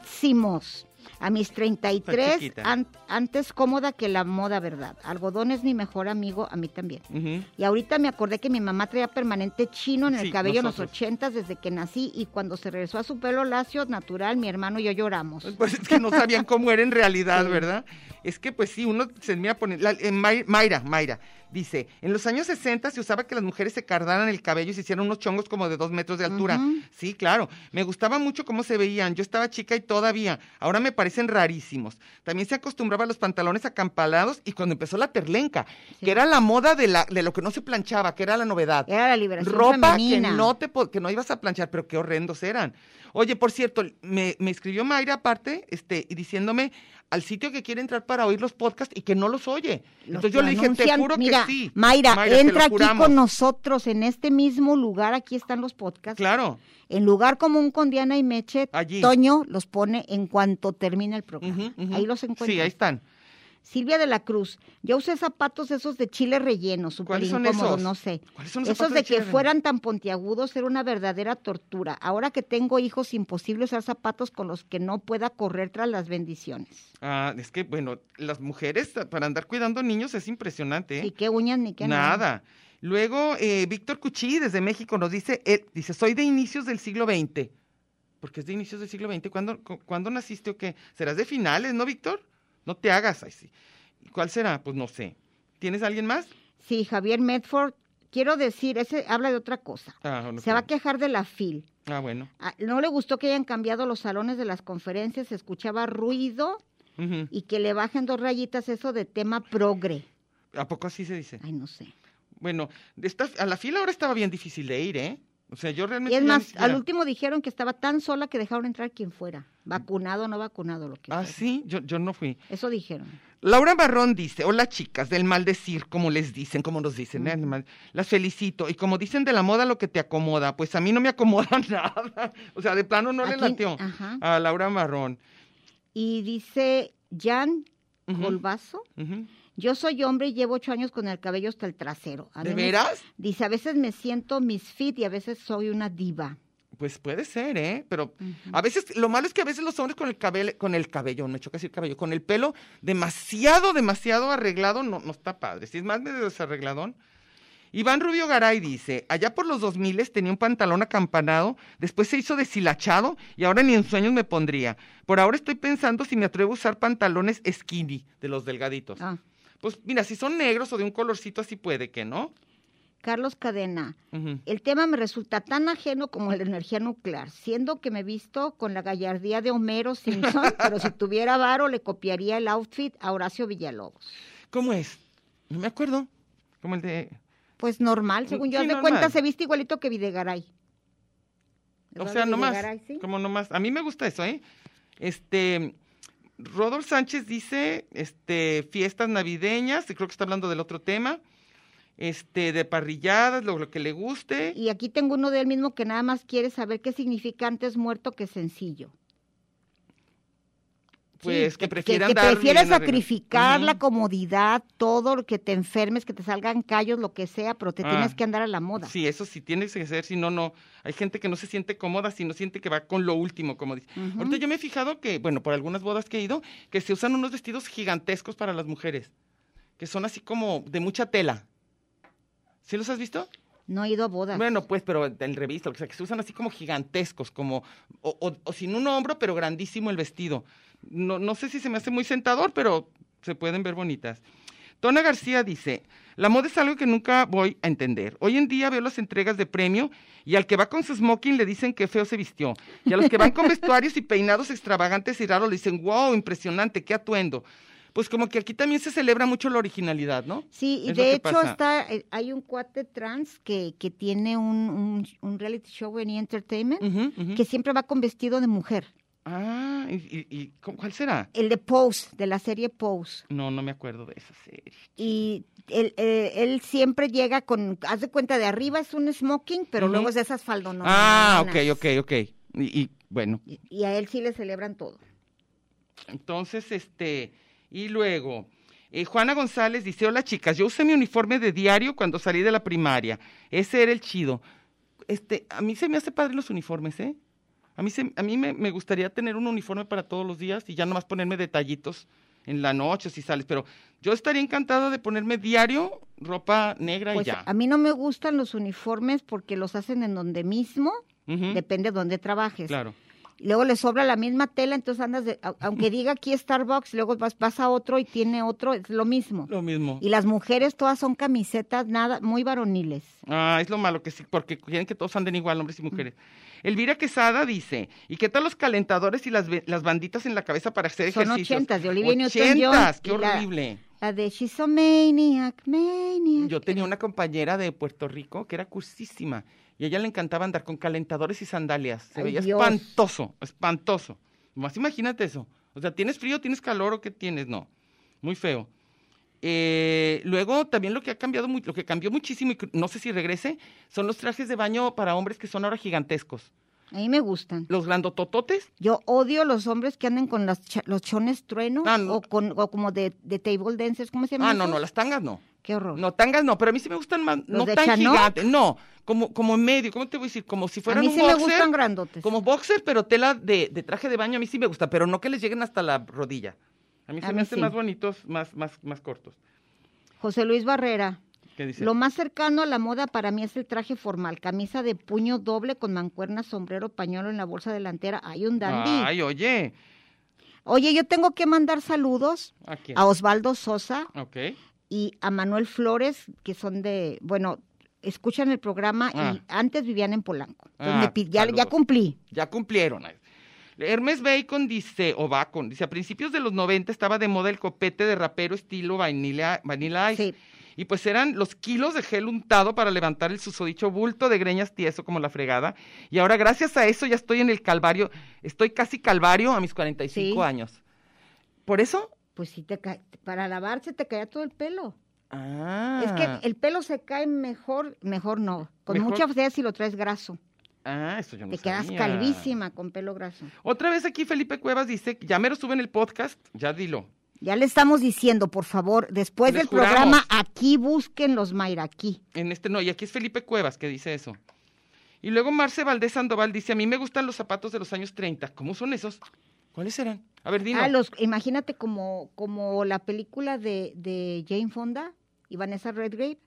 carísimos. A mis Está 33, chiquita. an- antes cómoda que la moda, ¿verdad? Algodón es mi mejor amigo, a mí también. Ujú. Y ahorita me acordé que mi mamá traía permanente chino en el Sí, cabello en nosotros. los 80 desde que nací y cuando se regresó a su pelo lacio natural, mi hermano y yo lloramos. Pues es que no sabían cómo era en realidad, ¿verdad? Es que pues sí, uno se mira poner... la- eh, May- Mayra, Mayra, dice, en los años 60 se usaba que las mujeres se cardaran el cabello y se hicieran unos chongos como de dos metros de altura. Ujú. Sí, claro. Me gustaba mucho cómo se veían. Yo estaba chica y todavía. Ahora me parecen rarísimos. También se acostumbraba a los pantalones acampalados y cuando empezó la terlenca, que era la moda de, la, de lo que no se planchaba, que era la novedad. Era la liberación Ropa femenina. que no te po- que no ibas a planchar, pero qué horrendos eran. Oye, por cierto, me, me escribió Mayra aparte, este, y diciéndome al sitio que quiere entrar para oír los podcasts y que no los oye. Los Entonces yo que le dije, te anuncian- juro mira, que sí. Mayra, te lo entra aquí juramos. con nosotros en este mismo lugar. Aquí están los podcasts. Claro. En lugar común con Diana y Meche, Allí. Toño los pone en cuanto termina el programa. ujú. Ahí los encuentras. Sí, ahí están. Silvia de la Cruz, yo usé zapatos esos de chile relleno, súper ¿Cuáles son incómodo, esos? no sé. ¿Cuáles son los esos zapatos de de chile que relleno? fueran tan pontiagudos era una verdadera tortura. Ahora que tengo hijos, imposible usar zapatos con los que no pueda correr tras las bendiciones. Ah, es que, bueno, las mujeres ah, para andar cuidando niños es impresionante, ¿eh? Y qué uñas ni qué nada. Luego, eh, Víctor Cuchí, desde México, nos dice, eh, dice, soy de inicios del siglo XX. Porque es de inicios del siglo XX. ¿Cuándo, cu- ¿cuándo naciste o qué? ¿Serás de finales, no, Víctor? No te hagas. Ay, sí. ¿Cuál será? Pues no sé. ¿Tienes alguien más? Sí, Javier Medford, quiero decir, ese habla de otra cosa. Ah, no Se va a creo. quejar de la FIL. Ah, bueno. Ah, No le gustó que hayan cambiado los salones de las conferencias, se escuchaba ruido Ujú. y que le bajen dos rayitas eso de tema progre. ¿A poco así se dice? Ay, no sé. Bueno, de esta- a la fila ahora estaba bien difícil de ir, ¿eh? O sea, yo Y realmente... es ya ni más, siquiera- al último dijeron que estaba tan sola que dejaron entrar quien fuera, vacunado o no vacunado, lo que Ah, fuera. sí, yo, yo no fui. Eso dijeron. Laura Barrón dice, hola chicas, del maldecir, como les dicen, como nos dicen, ¿eh? Mal- las felicito. Y como dicen de la moda lo que te acomoda, pues a mí no me acomoda nada. O sea, de plano no le Ah. Aquí- ah. lateó ajá. a Laura Barrón. Y dice Jan Colbazo, Ujú. yo soy hombre y llevo ocho años con el cabello hasta el trasero. A ¿De mí me- veras? dice, a veces me siento misfit y a veces soy una diva. Pues puede ser, ¿eh? Pero a veces, lo malo es que a veces los hombres con el cabello, con el cabello, me choca decir cabello, con el pelo demasiado, demasiado arreglado, no, no está padre. Si es más medio desarregladón. Iván Rubio Garay dice, allá por los 2000 tenía un pantalón acampanado, después se hizo deshilachado y ahora ni en sueños me Ah. pondría. Por ahora estoy pensando si me atrevo a usar pantalones skinny, de los delgaditos. Pues mira, si son negros o de un colorcito así puede que, ¿no? Carlos Cadena, Ujú. el tema me resulta tan ajeno como la energía nuclear, siendo que me he visto con la gallardía de Homero Simpson, pero si tuviera varo le copiaría el outfit a Horacio Villalobos. ¿Cómo es? No me acuerdo. Como el de... Pues normal, según yo, Sí, haz de normal. cuenta se viste igualito que Videgaray. O Eduardo sea, nomás, Videgaray, ¿sí? como nomás. A mí me gusta eso, ¿eh? Este, Rodolfo Sánchez dice, este, fiestas navideñas, y creo que está hablando del otro tema, este, de parrilladas, lo, lo que le guste. Y aquí tengo uno de él mismo que nada más quiere saber qué significa antes muerto que sencillo. Pues Sí, que prefieran que, dar prefieres bien arriba. sacrificar Ujú. la comodidad, todo, lo que te enfermes, que te salgan callos, lo que sea, pero te Ah. tienes que andar a la moda. Sí, eso sí tiene que ser, si no, no. Hay gente que no se siente cómoda, si no siente que va con lo último, como dice. Ujú. Ahorita yo me he fijado que, bueno, por algunas bodas que he ido, que se usan unos vestidos gigantescos para las mujeres, que son así como de mucha tela. ¿Sí los has visto? No he ido a bodas. Bueno, pues, pero en revista, o sea, que se usan así como gigantescos, como, o, o- o sin un hombro, pero grandísimo el vestido. No, no sé si se me hace muy sentador, pero se pueden ver bonitas. Tona García dice, la moda es algo que nunca voy a entender. Hoy en día veo las entregas de premio y al que va con su smoking le dicen que feo se vistió. Y a los que van con vestuarios y peinados extravagantes y raros le dicen, wow, impresionante, qué atuendo. Pues como que aquí también se celebra mucho la originalidad, ¿no? Sí, y Es lo de que hecho pasa. está, eh, hay un cuate trans que, que tiene un, un- un reality show en E! Entertainment que siempre va con vestido de mujer. Ah, ¿y, y- y cu- cuál será? El de Pose, de la serie Pose. No, no me acuerdo de esa serie. Y él, eh, él siempre llega con, haz de cuenta, de arriba es un smoking, pero Ujú. luego es de esas faldonas. ah, ok, ok, ok. Y, y, bueno, Y a él sí le celebran todo. entonces, este, y luego, eh, Juana González dice, hola chicas, yo usé mi uniforme de diario cuando salí de la primaria. Ese era el chido. Este, a mí se me hace padre los uniformes, ¿eh? A mí, se- a mí me, me gustaría tener un uniforme para todos los días y ya nomás ponerme detallitos en la noche si sales, pero yo estaría encantada de ponerme diario ropa negra Pues y ya. a mí no me gustan los uniformes porque los hacen en donde mismo, Ujú. depende de donde trabajes. Claro. Y luego le sobra la misma tela, entonces andas, de- au- aunque diga aquí Starbucks, luego vas, vas a otro y tiene otro, es lo mismo. Lo mismo. Y las mujeres todas son camisetas, nada, muy varoniles. Ah, es lo malo que sí, porque quieren que todos anden igual, hombres y mujeres. Elvira Quesada dice, ¿y qué tal los calentadores y las, ve- las banditas en la cabeza para hacer Son ejercicios? ochentas, de Olivia Newton-John Ochentas, qué y la- horrible. La de She's a Maniac, Maniac. Yo tenía una compañera de Puerto Rico que era cursísima y a ella le encantaba andar con calentadores y sandalias. Se Ay, veía Dios. espantoso, espantoso. Más imagínate eso. O sea, ¿tienes frío, tienes calor o qué tienes? No, muy feo. Eh, luego también lo que ha cambiado, mu- lo que cambió muchísimo y cr- no sé si regrese, son los trajes de baño para hombres que son ahora gigantescos. A mí me gustan. Los grandotototes. Yo odio los hombres que andan con las cha- los chones trueno Ah, no. o, con, o como de, de table dancers, ¿cómo se llama? Ah, no, no, las tangas no. Qué horror. No, tangas no, pero a mí sí me gustan más, no de tan Chanel? gigantes, no, como, como en medio, ¿cómo te voy a decir? Como si A fueran mí un sí me boxer. gustan grandotes. Como boxer, pero tela de, de traje de baño a mí sí me gusta, pero no que les lleguen hasta la rodilla. A mí A se mí me hacen sí. más bonitos, más, más, más cortos. José Luis Barrera. ¿Qué dice? Lo más cercano a la moda para mí es el traje formal, camisa de puño doble con mancuerna, sombrero, pañuelo en la bolsa delantera. Hay un dandy. Ay, oye. Oye, yo tengo que mandar saludos ¿A quién? a Osvaldo Sosa Ok. y a Manuel Flores, que son de, bueno, escuchan el programa y Ah. antes vivían en Polanco. Entonces Ah, me pi- ya, ya saludos. cumplí. Ya cumplieron. Hermes Bacon dice, o Bacon, dice, a principios de los 90 estaba de moda el copete de rapero estilo Vanilla, vanilla Ice. Y pues eran los kilos de gel untado para levantar el susodicho bulto de greñas tieso como la fregada. Y ahora gracias a eso ya estoy en el calvario, estoy casi calvario a mis 45 Sí. años. ¿Por eso? Pues sí, te ca- para lavarse te caía todo el pelo. Ah. Es que el pelo se cae mejor, mejor no. Con Mejor. mucha fea si lo traes graso. Ah, eso yo no te quedas sabía. calvísima con pelo graso. Otra vez aquí Felipe Cuevas dice, ya mero suben el podcast, ya dilo. Ya le estamos diciendo, por favor, después Les del juramos. programa, aquí busquen los Mayra, aquí. En este no, y aquí es Felipe Cuevas que dice eso. Y luego Marce Valdés Sandoval dice, a mí me gustan los zapatos de los años 30. ¿Cómo son esos? ¿Cuáles serán? A ver, dime. Ah, los, imagínate como, como la película de, de Jane Fonda y Vanessa Redgrave.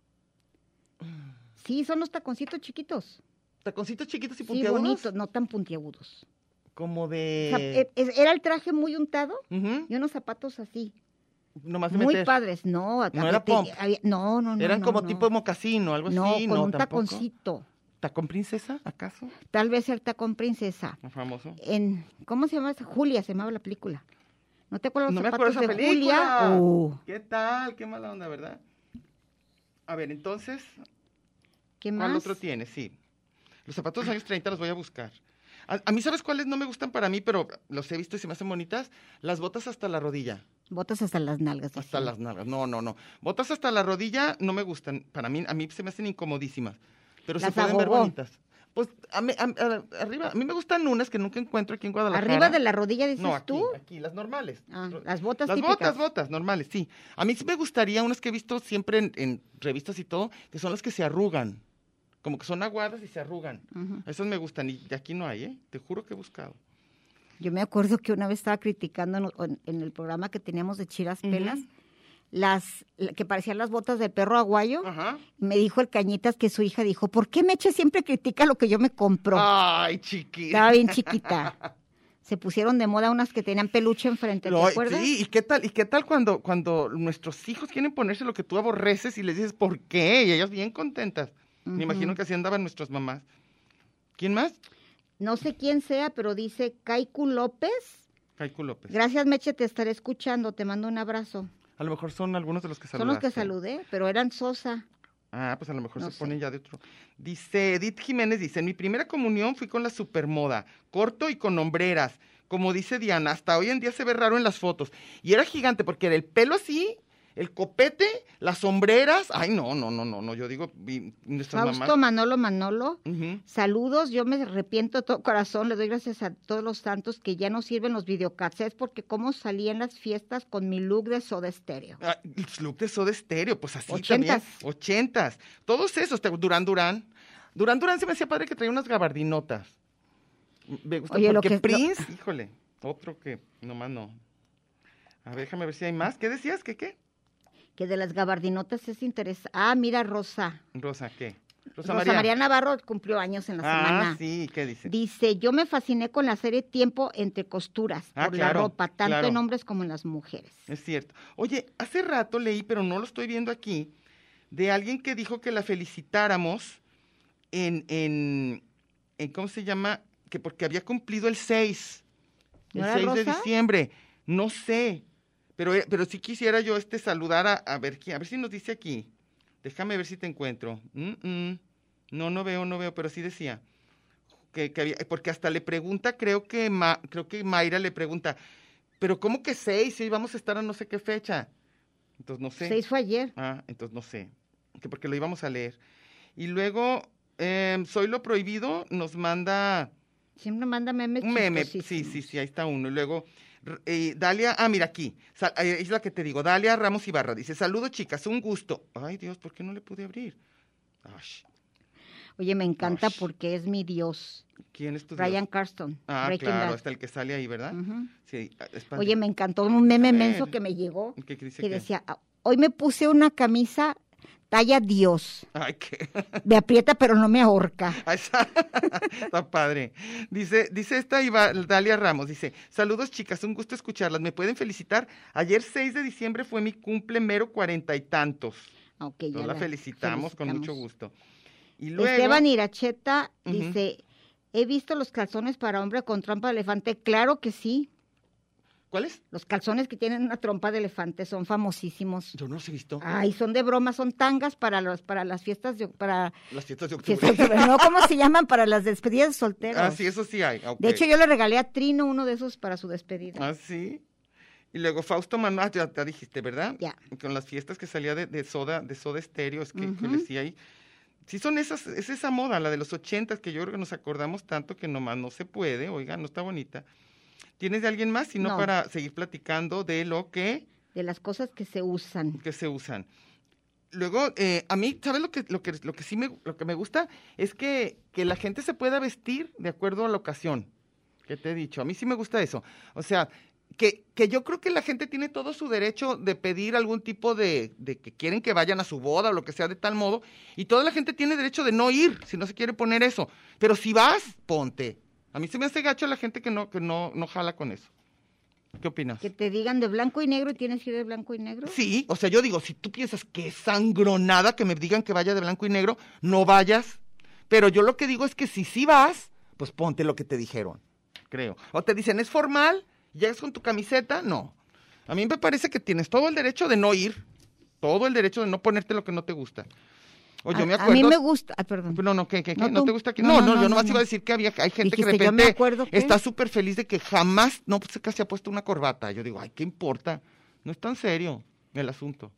Sí, son los taconcitos chiquitos. Taconcitos chiquitos Sí, y puntiagudos. bonitos, no tan puntiagudos. Como O sea, eh, de... e- es- era el traje muy untado Ujú. y unos zapatos así. nomás de Muy meter. padres, no. a- No a- era te- pump. había- no, no, no. Eran no, como no. tipo mocasino, algo No, así. con no, un tampoco. taconcito. ¿Tacón princesa, acaso? Tal vez el tacón princesa. Famoso. En, ¿Cómo se llama? esa? Julia se llamaba la película. ¿No te acuerdas No los me acuerdo zapatos esa de película. Julia? Uh, ¿Qué tal? Qué mala onda, ¿verdad? A ver, entonces, ¿Qué más? ¿cuál otro tiene? Sí. Los zapatos de los años 30 los voy a buscar. A, a mí, ¿sabes cuáles no me gustan para mí, pero los he visto y se me hacen bonitas? Las botas hasta la rodilla. Botas hasta las nalgas. Hasta las nalgas. No, no, no. Botas hasta la rodilla no me gustan. Para mí, a mí se me hacen incomodísimas. Pero se Las pueden ver agogó. bonitas. Pues a mí- a- a- arriba, a mí me gustan unas que nunca encuentro aquí en Guadalajara. Arriba de la rodilla dices No, aquí, tú. aquí, las normales. Ah, las botas Las típicas. botas, botas, normales, sí. A mí sí me gustaría unas que he visto siempre en, en revistas y todo, que son las que se arrugan. Como que son aguadas y se arrugan. Ujú. Esas me gustan y de aquí no hay, ¿eh? Te juro que he buscado. Yo me acuerdo que una vez estaba criticando en, en- en el programa que teníamos de Chiras Pelas, las la- que parecían las botas del perro aguayo. Y me dijo el Cañitas que su hija dijo, ¿por qué Meche siempre critica lo que yo me compro? Ay, chiquita. Estaba bien chiquita. Se pusieron de moda unas que tenían peluche enfrente, ¿te Lo- acuerdas? sí, ¿y qué tal, y qué tal cuando, cuando nuestros hijos quieren ponerse lo que tú aborreces y les dices por qué? Y ellas bien contentas. Me imagino Ujú. que así andaban nuestras mamás. ¿Quién más? No sé quién sea, pero dice Kaiku López. Pues Caico López. Gracias, Meche, te estaré escuchando. Te mando un abrazo. A lo mejor son algunos de los que Son los que saludaste. saludé, pero eran Sosa. Ah, pues a lo mejor No se sé. ponen ya de otro. Dice Edith Jiménez, dice, en mi primera comunión fui con la supermoda, corto y con hombreras. Como dice Diana, hasta hoy en día se ve raro en las fotos. Y era gigante porque era el pelo así, el copete, las hombreras. Ay, no, no, no, no, no. Yo digo, vi- nuestras Fausto mamás. Manolo Manolo. Ujú. Saludos, yo me arrepiento de todo corazón, le doy gracias a todos los santos que ya no sirven los videocassettes porque cómo salí en las fiestas con mi look de soda estéreo. Ah, el look de Soda Stereo, pues así también. Ochentas. Ochentas. Todos esos, te- Durán Durán. Durán Durán se me hacía padre que traía unas gabardinotas. Me gusta Oye, lo porque que- lo- Prince, híjole, otro que nomás no. A ver, déjame ver si hay más. ¿Qué decías? ¿Qué qué? Que de las gabardinotas es interesante. Ah, mira, Rosa. Rosa, ¿qué? Rosa, María. Navarro cumplió años en la Ah, semana. sí, ¿qué dice? Dice, yo me fasciné con la serie Tiempo entre costuras, Ah, por claro, la ropa, tanto claro. en hombres como en las mujeres. Es cierto. Oye, hace rato leí, pero no lo estoy viendo aquí, de alguien que dijo que la felicitáramos en, en, en ¿cómo se llama? Que porque había cumplido el 6, ¿No el era 6 de Rosa? diciembre. No sé, pero, eh, pero sí quisiera yo este saludar a, a ver quién, a ver si nos dice aquí. Déjame ver si te encuentro. Mm, mm. No, no veo, no veo, pero sí decía. Que, que había- porque hasta le pregunta, creo que, Ma- creo que Mayra le pregunta, pero ¿cómo que seis? Si hoy vamos a estar a no sé qué fecha. Entonces no sé. Seis fue ayer. Ah, entonces no sé. Que porque lo íbamos a leer. Y luego, em, Soy lo Prohibido nos manda Siempre manda memes. un meme. Sí, chistosísimos. sí, sí, ahí está uno. Y luego, r- eh, Dalia, ah, mira aquí. Sa- eh, es la que te digo. Dalia Ramos Ibarra dice: Saludos, chicas, un gusto. Ay, Dios, ¿por qué no le pude abrir? Ash, Oye, me encanta porque es mi dios. ¿Quién es tu Dios? Ryan Carston. Ah, Breaking claro, Bad. hasta el que sale ahí, ¿verdad? Ujú. Sí, ah, es padre. Oye, me encantó un meme A ver. menso que me llegó. ¿Qué dice que qué? decía, "Ah, hoy me puse una camisa talla Dios. Ay, qué. Me aprieta pero no me ahorca. Ah, esa- Está padre. Dice, dice esta Iva- Dalia Ramos, dice, saludos chicas, un gusto escucharlas, me pueden felicitar. Ayer 6 de diciembre fue mi cumple mero cuarenta y tantos. Ah, Ok, ya Entonces la, la felicitamos, con mucho felicitamos. gusto. Y luego, Esteban Iracheta Ujú. dice, he visto los calzones para hombre con trompa de elefante. Claro que sí. ¿cuáles? Los calzones que tienen una trompa de elefante son famosísimos. Yo no los he visto. Ay, son de broma, son tangas para los, para las fiestas de, para Las fiestas de octubre. fiestas de octubre, no, ¿cómo se llaman? Para las despedidas de solteros. ah, sí, eso sí hay. ok. De hecho, yo le regalé a Trino uno de esos para su despedida. Ah, sí. Y luego Fausto Manuel, ya, ya dijiste, ¿verdad? Ya. Con las fiestas que salía de, de soda, de soda estéreo, es que, que le decía ahí. Sí, son esas, es esa moda, la de los ochentas, que yo creo que nos acordamos tanto que nomás no se puede, oiga, no está bonita. ¿Tienes de alguien más? Sino No. para seguir platicando de lo que, de las cosas que se usan. que se usan. Luego, eh, a mí, ¿sabes lo que, lo que, lo que sí me, lo que me gusta? Es que, que la gente se pueda vestir de acuerdo a la ocasión. que te he dicho? A mí sí me gusta eso. O sea, que, que yo creo que la gente tiene todo su derecho de pedir algún tipo de, de que quieren que vayan a su boda o lo que sea de tal modo. Y toda la gente tiene derecho de no ir si no se quiere poner eso. Pero si vas, ponte. A mí se me hace gacho la gente que no, que no, no jala con eso. ¿Qué opinas? Que te digan de blanco y negro y tienes que ir de blanco y negro. Sí, o sea, yo digo, si tú piensas que es sangronada que me digan que vaya de blanco y negro, no vayas. Pero yo lo que digo es que si sí vas, pues ponte lo que te dijeron, creo. O te dicen, ¿es formal? ¿Llegas con tu camiseta? No. A mí me parece que tienes todo el derecho de no ir, todo el derecho de no ponerte lo que no te gusta. O yo a, me a acuerdo... mí me gusta. Ah, perdón. No, no, ¿qué, qué, qué? No, ¿No, tú. te gusta que No, no, no, no, yo no, nomás no. iba a decir que había hay gente que de Dijiste, yo me repente acuerdo que- está súper feliz de que jamás no se casi ha puesto una corbata. Yo digo, ay, ¿qué importa? No es tan serio el asunto.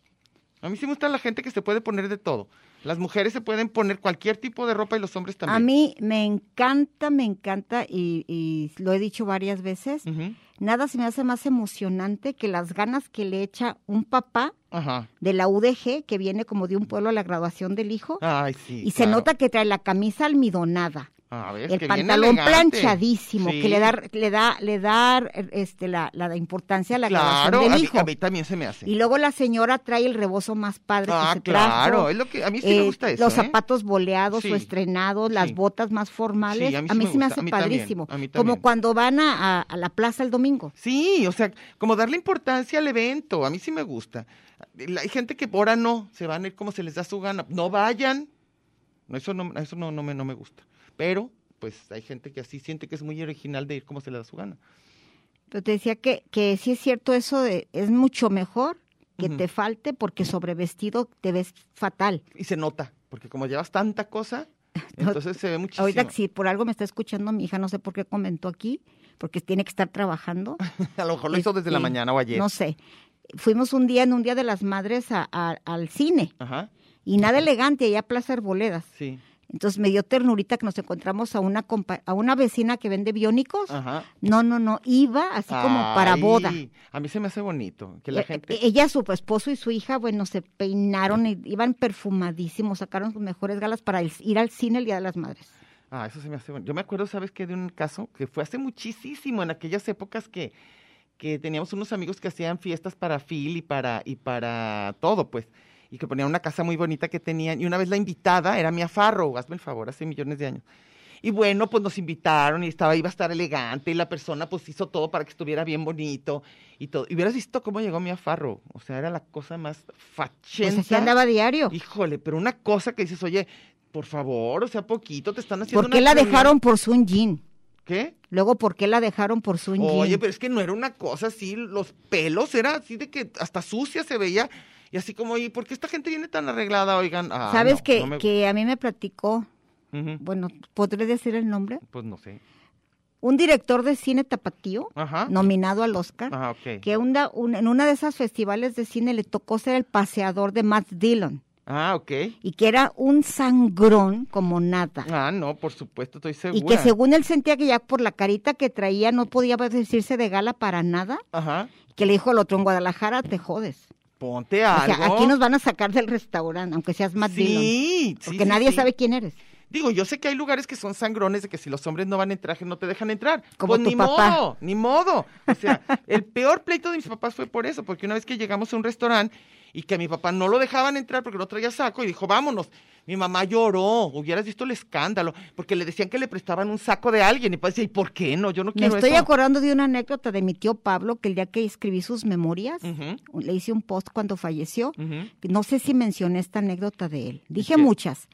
A mí sí me gusta la gente que se puede poner de todo. Las mujeres se pueden poner cualquier tipo de ropa y los hombres también. A mí me encanta, me encanta y, y lo he dicho varias veces. Mm. Nada se me hace más emocionante que las ganas que le echa un papá Ajá. de la UDG que viene como de un pueblo a la graduación del hijo Ay, Ah, sí. y se claro. nota que trae la camisa almidonada. A ver, que el viene pantalón elegante. planchadísimo Sí. que le da le da le da este la, la importancia a la Claro, graduación a del mí, hijo a mí también se me hace. y luego la señora trae el rebozo más padre Ah, que se claro, trajo. es lo que- a mí sí me gusta eso, Los ¿eh? zapatos boleados Sí. o estrenados, las botas más formales. Sí, a mí sí, me, gusta, hace a mí también, padrísimo. a mí como también. cuando van a, a- a la plaza el domingo. Sí, o sea, como darle importancia al evento, a mí sí me gusta. La- Hay gente que ahora no, se van a ir como se les da su gana, no vayan. No, eso no, eso no, no, me, no me gusta. Pero, pues hay gente que así siente que es muy original de ir como se le da su gana. Pero te decía que, que sí es cierto eso de es mucho mejor que Ujú. te falte porque sobrevestido te ves fatal. Y se nota, porque como llevas tanta cosa, entonces se ve muchísimo. Ahorita si por algo me está escuchando mi hija, no sé por qué comentó aquí, porque tiene que estar trabajando. A Ah, lo mejor lo hizo desde la Este, mañana o ayer. No sé. Fuimos un día, en un día de las madres, a- a- al cine. Ajá, Y nada elegante, allá Plaza Arboledas. sí. Entonces me dio ternurita que nos encontramos a una compa- a una vecina que vende biónicos. Ajá. No, no, no, iba así como para Ah. Ay, boda. A mí se me hace bonito que la Eh, gente. eh, Ella, su esposo y su hija, bueno, se peinaron, y iban perfumadísimos, sacaron sus mejores galas para el- ir al cine el Día de las Madres. Ah, eso se me hace bueno. Yo me acuerdo, ¿sabes qué? De un caso que fue hace muchísimo, en aquellas épocas que, que teníamos unos amigos que hacían fiestas para Phil y para, y para todo, pues. Y que ponían una casa muy bonita que tenían. Y una vez la invitada era Mia Farrow, hazme el favor, hace millones de años. Y bueno, pues nos invitaron y estaba, iba a estar elegante y la persona pues hizo todo para que estuviera bien bonito y todo. Y hubieras visto cómo llegó Mia Farrow. O sea, era la cosa más fachenta. Pues así andaba diario. Híjole, pero una cosa que dices, oye, por favor, o sea, poquito, te están haciendo ¿Por qué una la reunión. dejaron por Sun Jin? ¿Qué? Luego, ¿por qué la dejaron por Sun Jin? Oye, pero es que no era una cosa así, los pelos, era así de que hasta sucia se veía. Y así como, ¿y por qué esta gente viene tan arreglada? Oigan, ah, ¿Sabes no, que, no me- que a mí me platicó, Ujú. bueno, ¿podré decir el nombre? Pues no sé. Un director de cine tapatío, Ajá. nominado al Oscar, Ah, ok. que una- un- en una de esas festivales de cine le tocó ser el paseador de Matt Dillon Ah, ok. y que era un sangrón como nada. Ah, no, por supuesto, estoy segura. Y que según él sentía que ya por la carita que traía no podía vestirse de gala para nada, Ajá. que le dijo el otro en Guadalajara, te jodes. Ponte O algo. sea, aquí nos van a sacar del restaurante, aunque seas Matt Sí, Dillon, sí, porque sí, nadie sí. sabe quién eres. Digo, yo sé que hay lugares que son sangrones de que si los hombres no van en traje no te dejan entrar. Como pues tu ni papá. modo, ni modo. O sea, el peor pleito de mis papás fue por eso, porque una vez que llegamos a un restaurante y que a mi papá no lo dejaban entrar porque no traía saco y dijo, vámonos. Mi mamá lloró, hubieras visto el escándalo, porque le decían que le prestaban un saco de alguien y pues decía, ¿y por qué no? Yo no Me quiero estoy eso". acordando de una anécdota de mi tío Pablo, que el día que escribí sus memorias, Ujú. le hice un post cuando falleció. Ujú. No sé si mencioné esta anécdota de él. Dije muchas,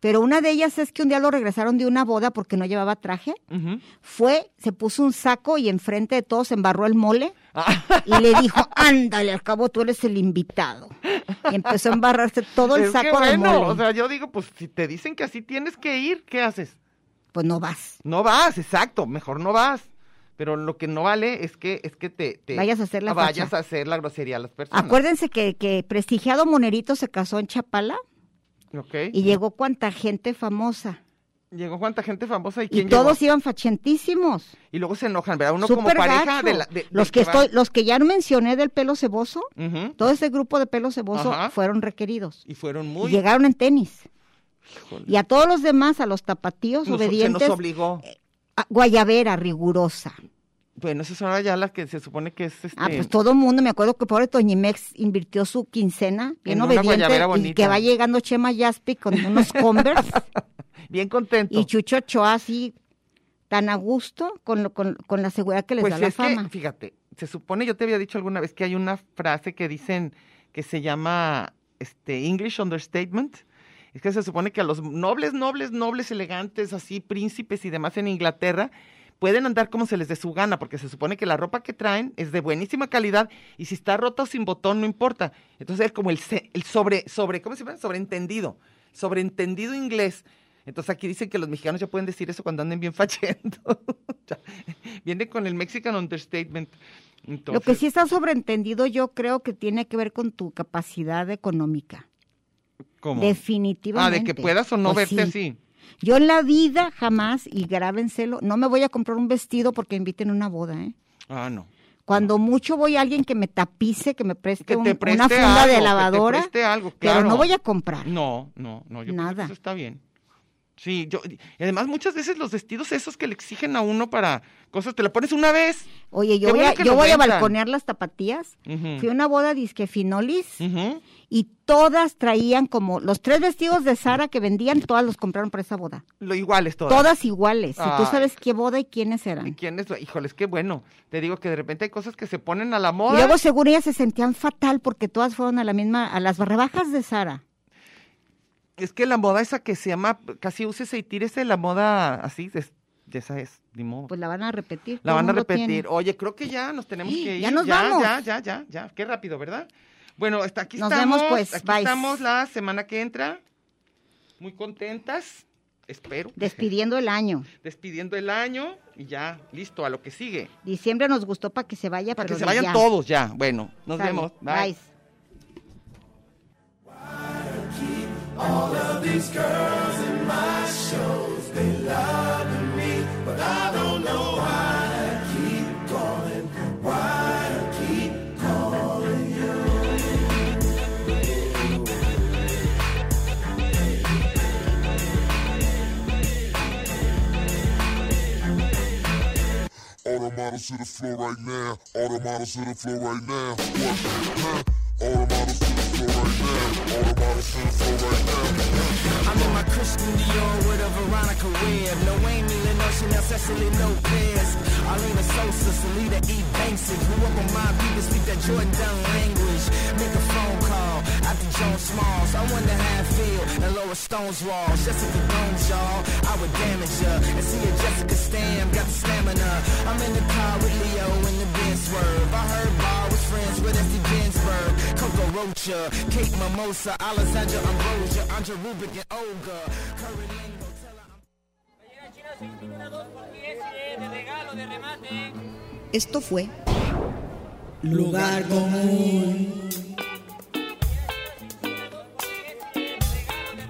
pero una de ellas es que un día lo regresaron de una boda porque no llevaba traje. Ujú. Fue, se puso un saco y enfrente de todos embarró el mole y le dijo, ándale, al cabo tú eres el invitado. Y empezó a embarrarse todo el Es que saco de bueno, mole. o sea, yo digo, pues si te dicen que así tienes que ir, ¿qué haces? Pues no vas. No vas, exacto, mejor no vas. Pero lo que no vale es que es que te, te- Vayas a hacer la vayas facha. a hacer la grosería a las personas. Acuérdense que, que prestigiado Monerito se casó en Chapala ¿Ok? y llegó cuanta gente famosa. Llegó cuánta gente famosa y Y quién todos llegó? iban fachentísimos. y luego se enojan, ¿verdad? Uno como Súper pareja gacho. de la- de- los del que, estoy, va- los que ya mencioné del pelo ceboso, Ujú. todo ese grupo de pelo ceboso Ajá. fueron requeridos. y fueron Y muy llegaron en tenis. Híjole. Y a todos los demás, a los tapatíos Nos- obedientes, Eh, se nos obligó. a- guayabera rigurosa. Bueno, esas son ahora ya las que se supone que es este Ah, pues todo el mundo, me acuerdo que pobre Toñimex invirtió su quincena, bien En una obediente, guayabera y que bonita. va llegando Chema Yaspi con unos Converse bien contento. y Chucho Ochoa así tan a gusto con, lo- con, con la seguridad que les pues da la es fama. que fíjate, se supone, yo te había dicho alguna vez que hay una frase que dicen que se llama este, English Understatement. Es que se supone que a los nobles, nobles, nobles, elegantes, así, príncipes y demás en Inglaterra, pueden andar como se les dé su gana, porque se supone que la ropa que traen es de buenísima calidad y si está rota o sin botón no importa. Entonces es como el, se- el sobre, sobre, ¿cómo se llama? Sobreentendido, sobreentendido inglés. Entonces aquí dicen que los mexicanos ya pueden decir eso cuando anden bien fachendo. Viene con el Mexican understatement. Lo que sí está sobreentendido yo creo que tiene que ver con tu capacidad económica. ¿cómo? Definitivamente. Ah, de que puedas o no Pues verte sí. así. Yo en la vida jamás, y grábenselo, no me voy a comprar un vestido porque inviten a una boda, ¿eh? Ah, no. Cuando mucho voy a alguien que me tapice, que me preste, Que un- te preste una funda algo, que de te lavadora, preste algo, pero claro. no voy a comprar. No, no, no, yo Nada. Nada. eso está bien. Sí, yo, y además muchas veces los vestidos esos que le exigen a uno para cosas, te la pones una vez. Oye, yo Qué voy, bueno a, que Mm. yo lo voy a vendan. balconear las tapatías. Ujú. Fui a una boda disque Finolis Ujú. y todas traían como los tres vestidos de Sara que vendían, todas los compraron para esa boda. Lo iguales todas. Todas, iguales. Y tú Ay. sabes qué boda y quiénes eran. ¿Y quién es? Híjoles, qué bueno. Te digo que de repente hay cosas que se ponen a la Y moda. luego según ellas se sentían fatal porque todas fueron a la misma, a las rebajas de Sara. Es que la moda esa que se llama, casi úsese y tírese, la moda así, es- de esa es, ni modo. Pues la van a repetir. todo la el van a mundo repetir. tiene. Oye, creo que ya nos tenemos que ir. Ya nos vamos. Ya, ya, ya, ya. Qué rápido, ¿verdad? Bueno, está, aquí Nos estamos. vemos, pues. Aquí Bye. estamos la semana que entra. Muy contentas. Espero. Despidiendo el año. Despidiendo el año y ya, listo, a lo que sigue. Diciembre nos gustó para que se vaya. Para pero que se de vayan ya. todos ya. Bueno, nos Sale. vemos. Bye. All of these girls in my shows, they loving me, but I don't know why I keep calling, why I keep calling you. All the models to the floor right now. All the models to the floor right now. What? Huh? All the models to the floor right now. All the models to the floor right now. I'm in my Christian Dior with a Veronica Webb. No Amy, no Chanel, Cecily Lopez. Arlena Sosa, Salida E. Banks. Grew up on my people, speak that Jordan Dunn language. Make a phone call after Joan Smalls. I wonder how I feel and Laura Stone's walls. Jessica Jones, y'all, I would damage her. And see if Jessica Stam got the stamina. I'm in the car with Leo in the Benz swerve. I heard Ball was friends with Esty Ginsburg. Coco Rocha, Kate Mimosa, Alessandra Ambrosia, Andrew Rubik, and Olga. Esto fue Lugar común.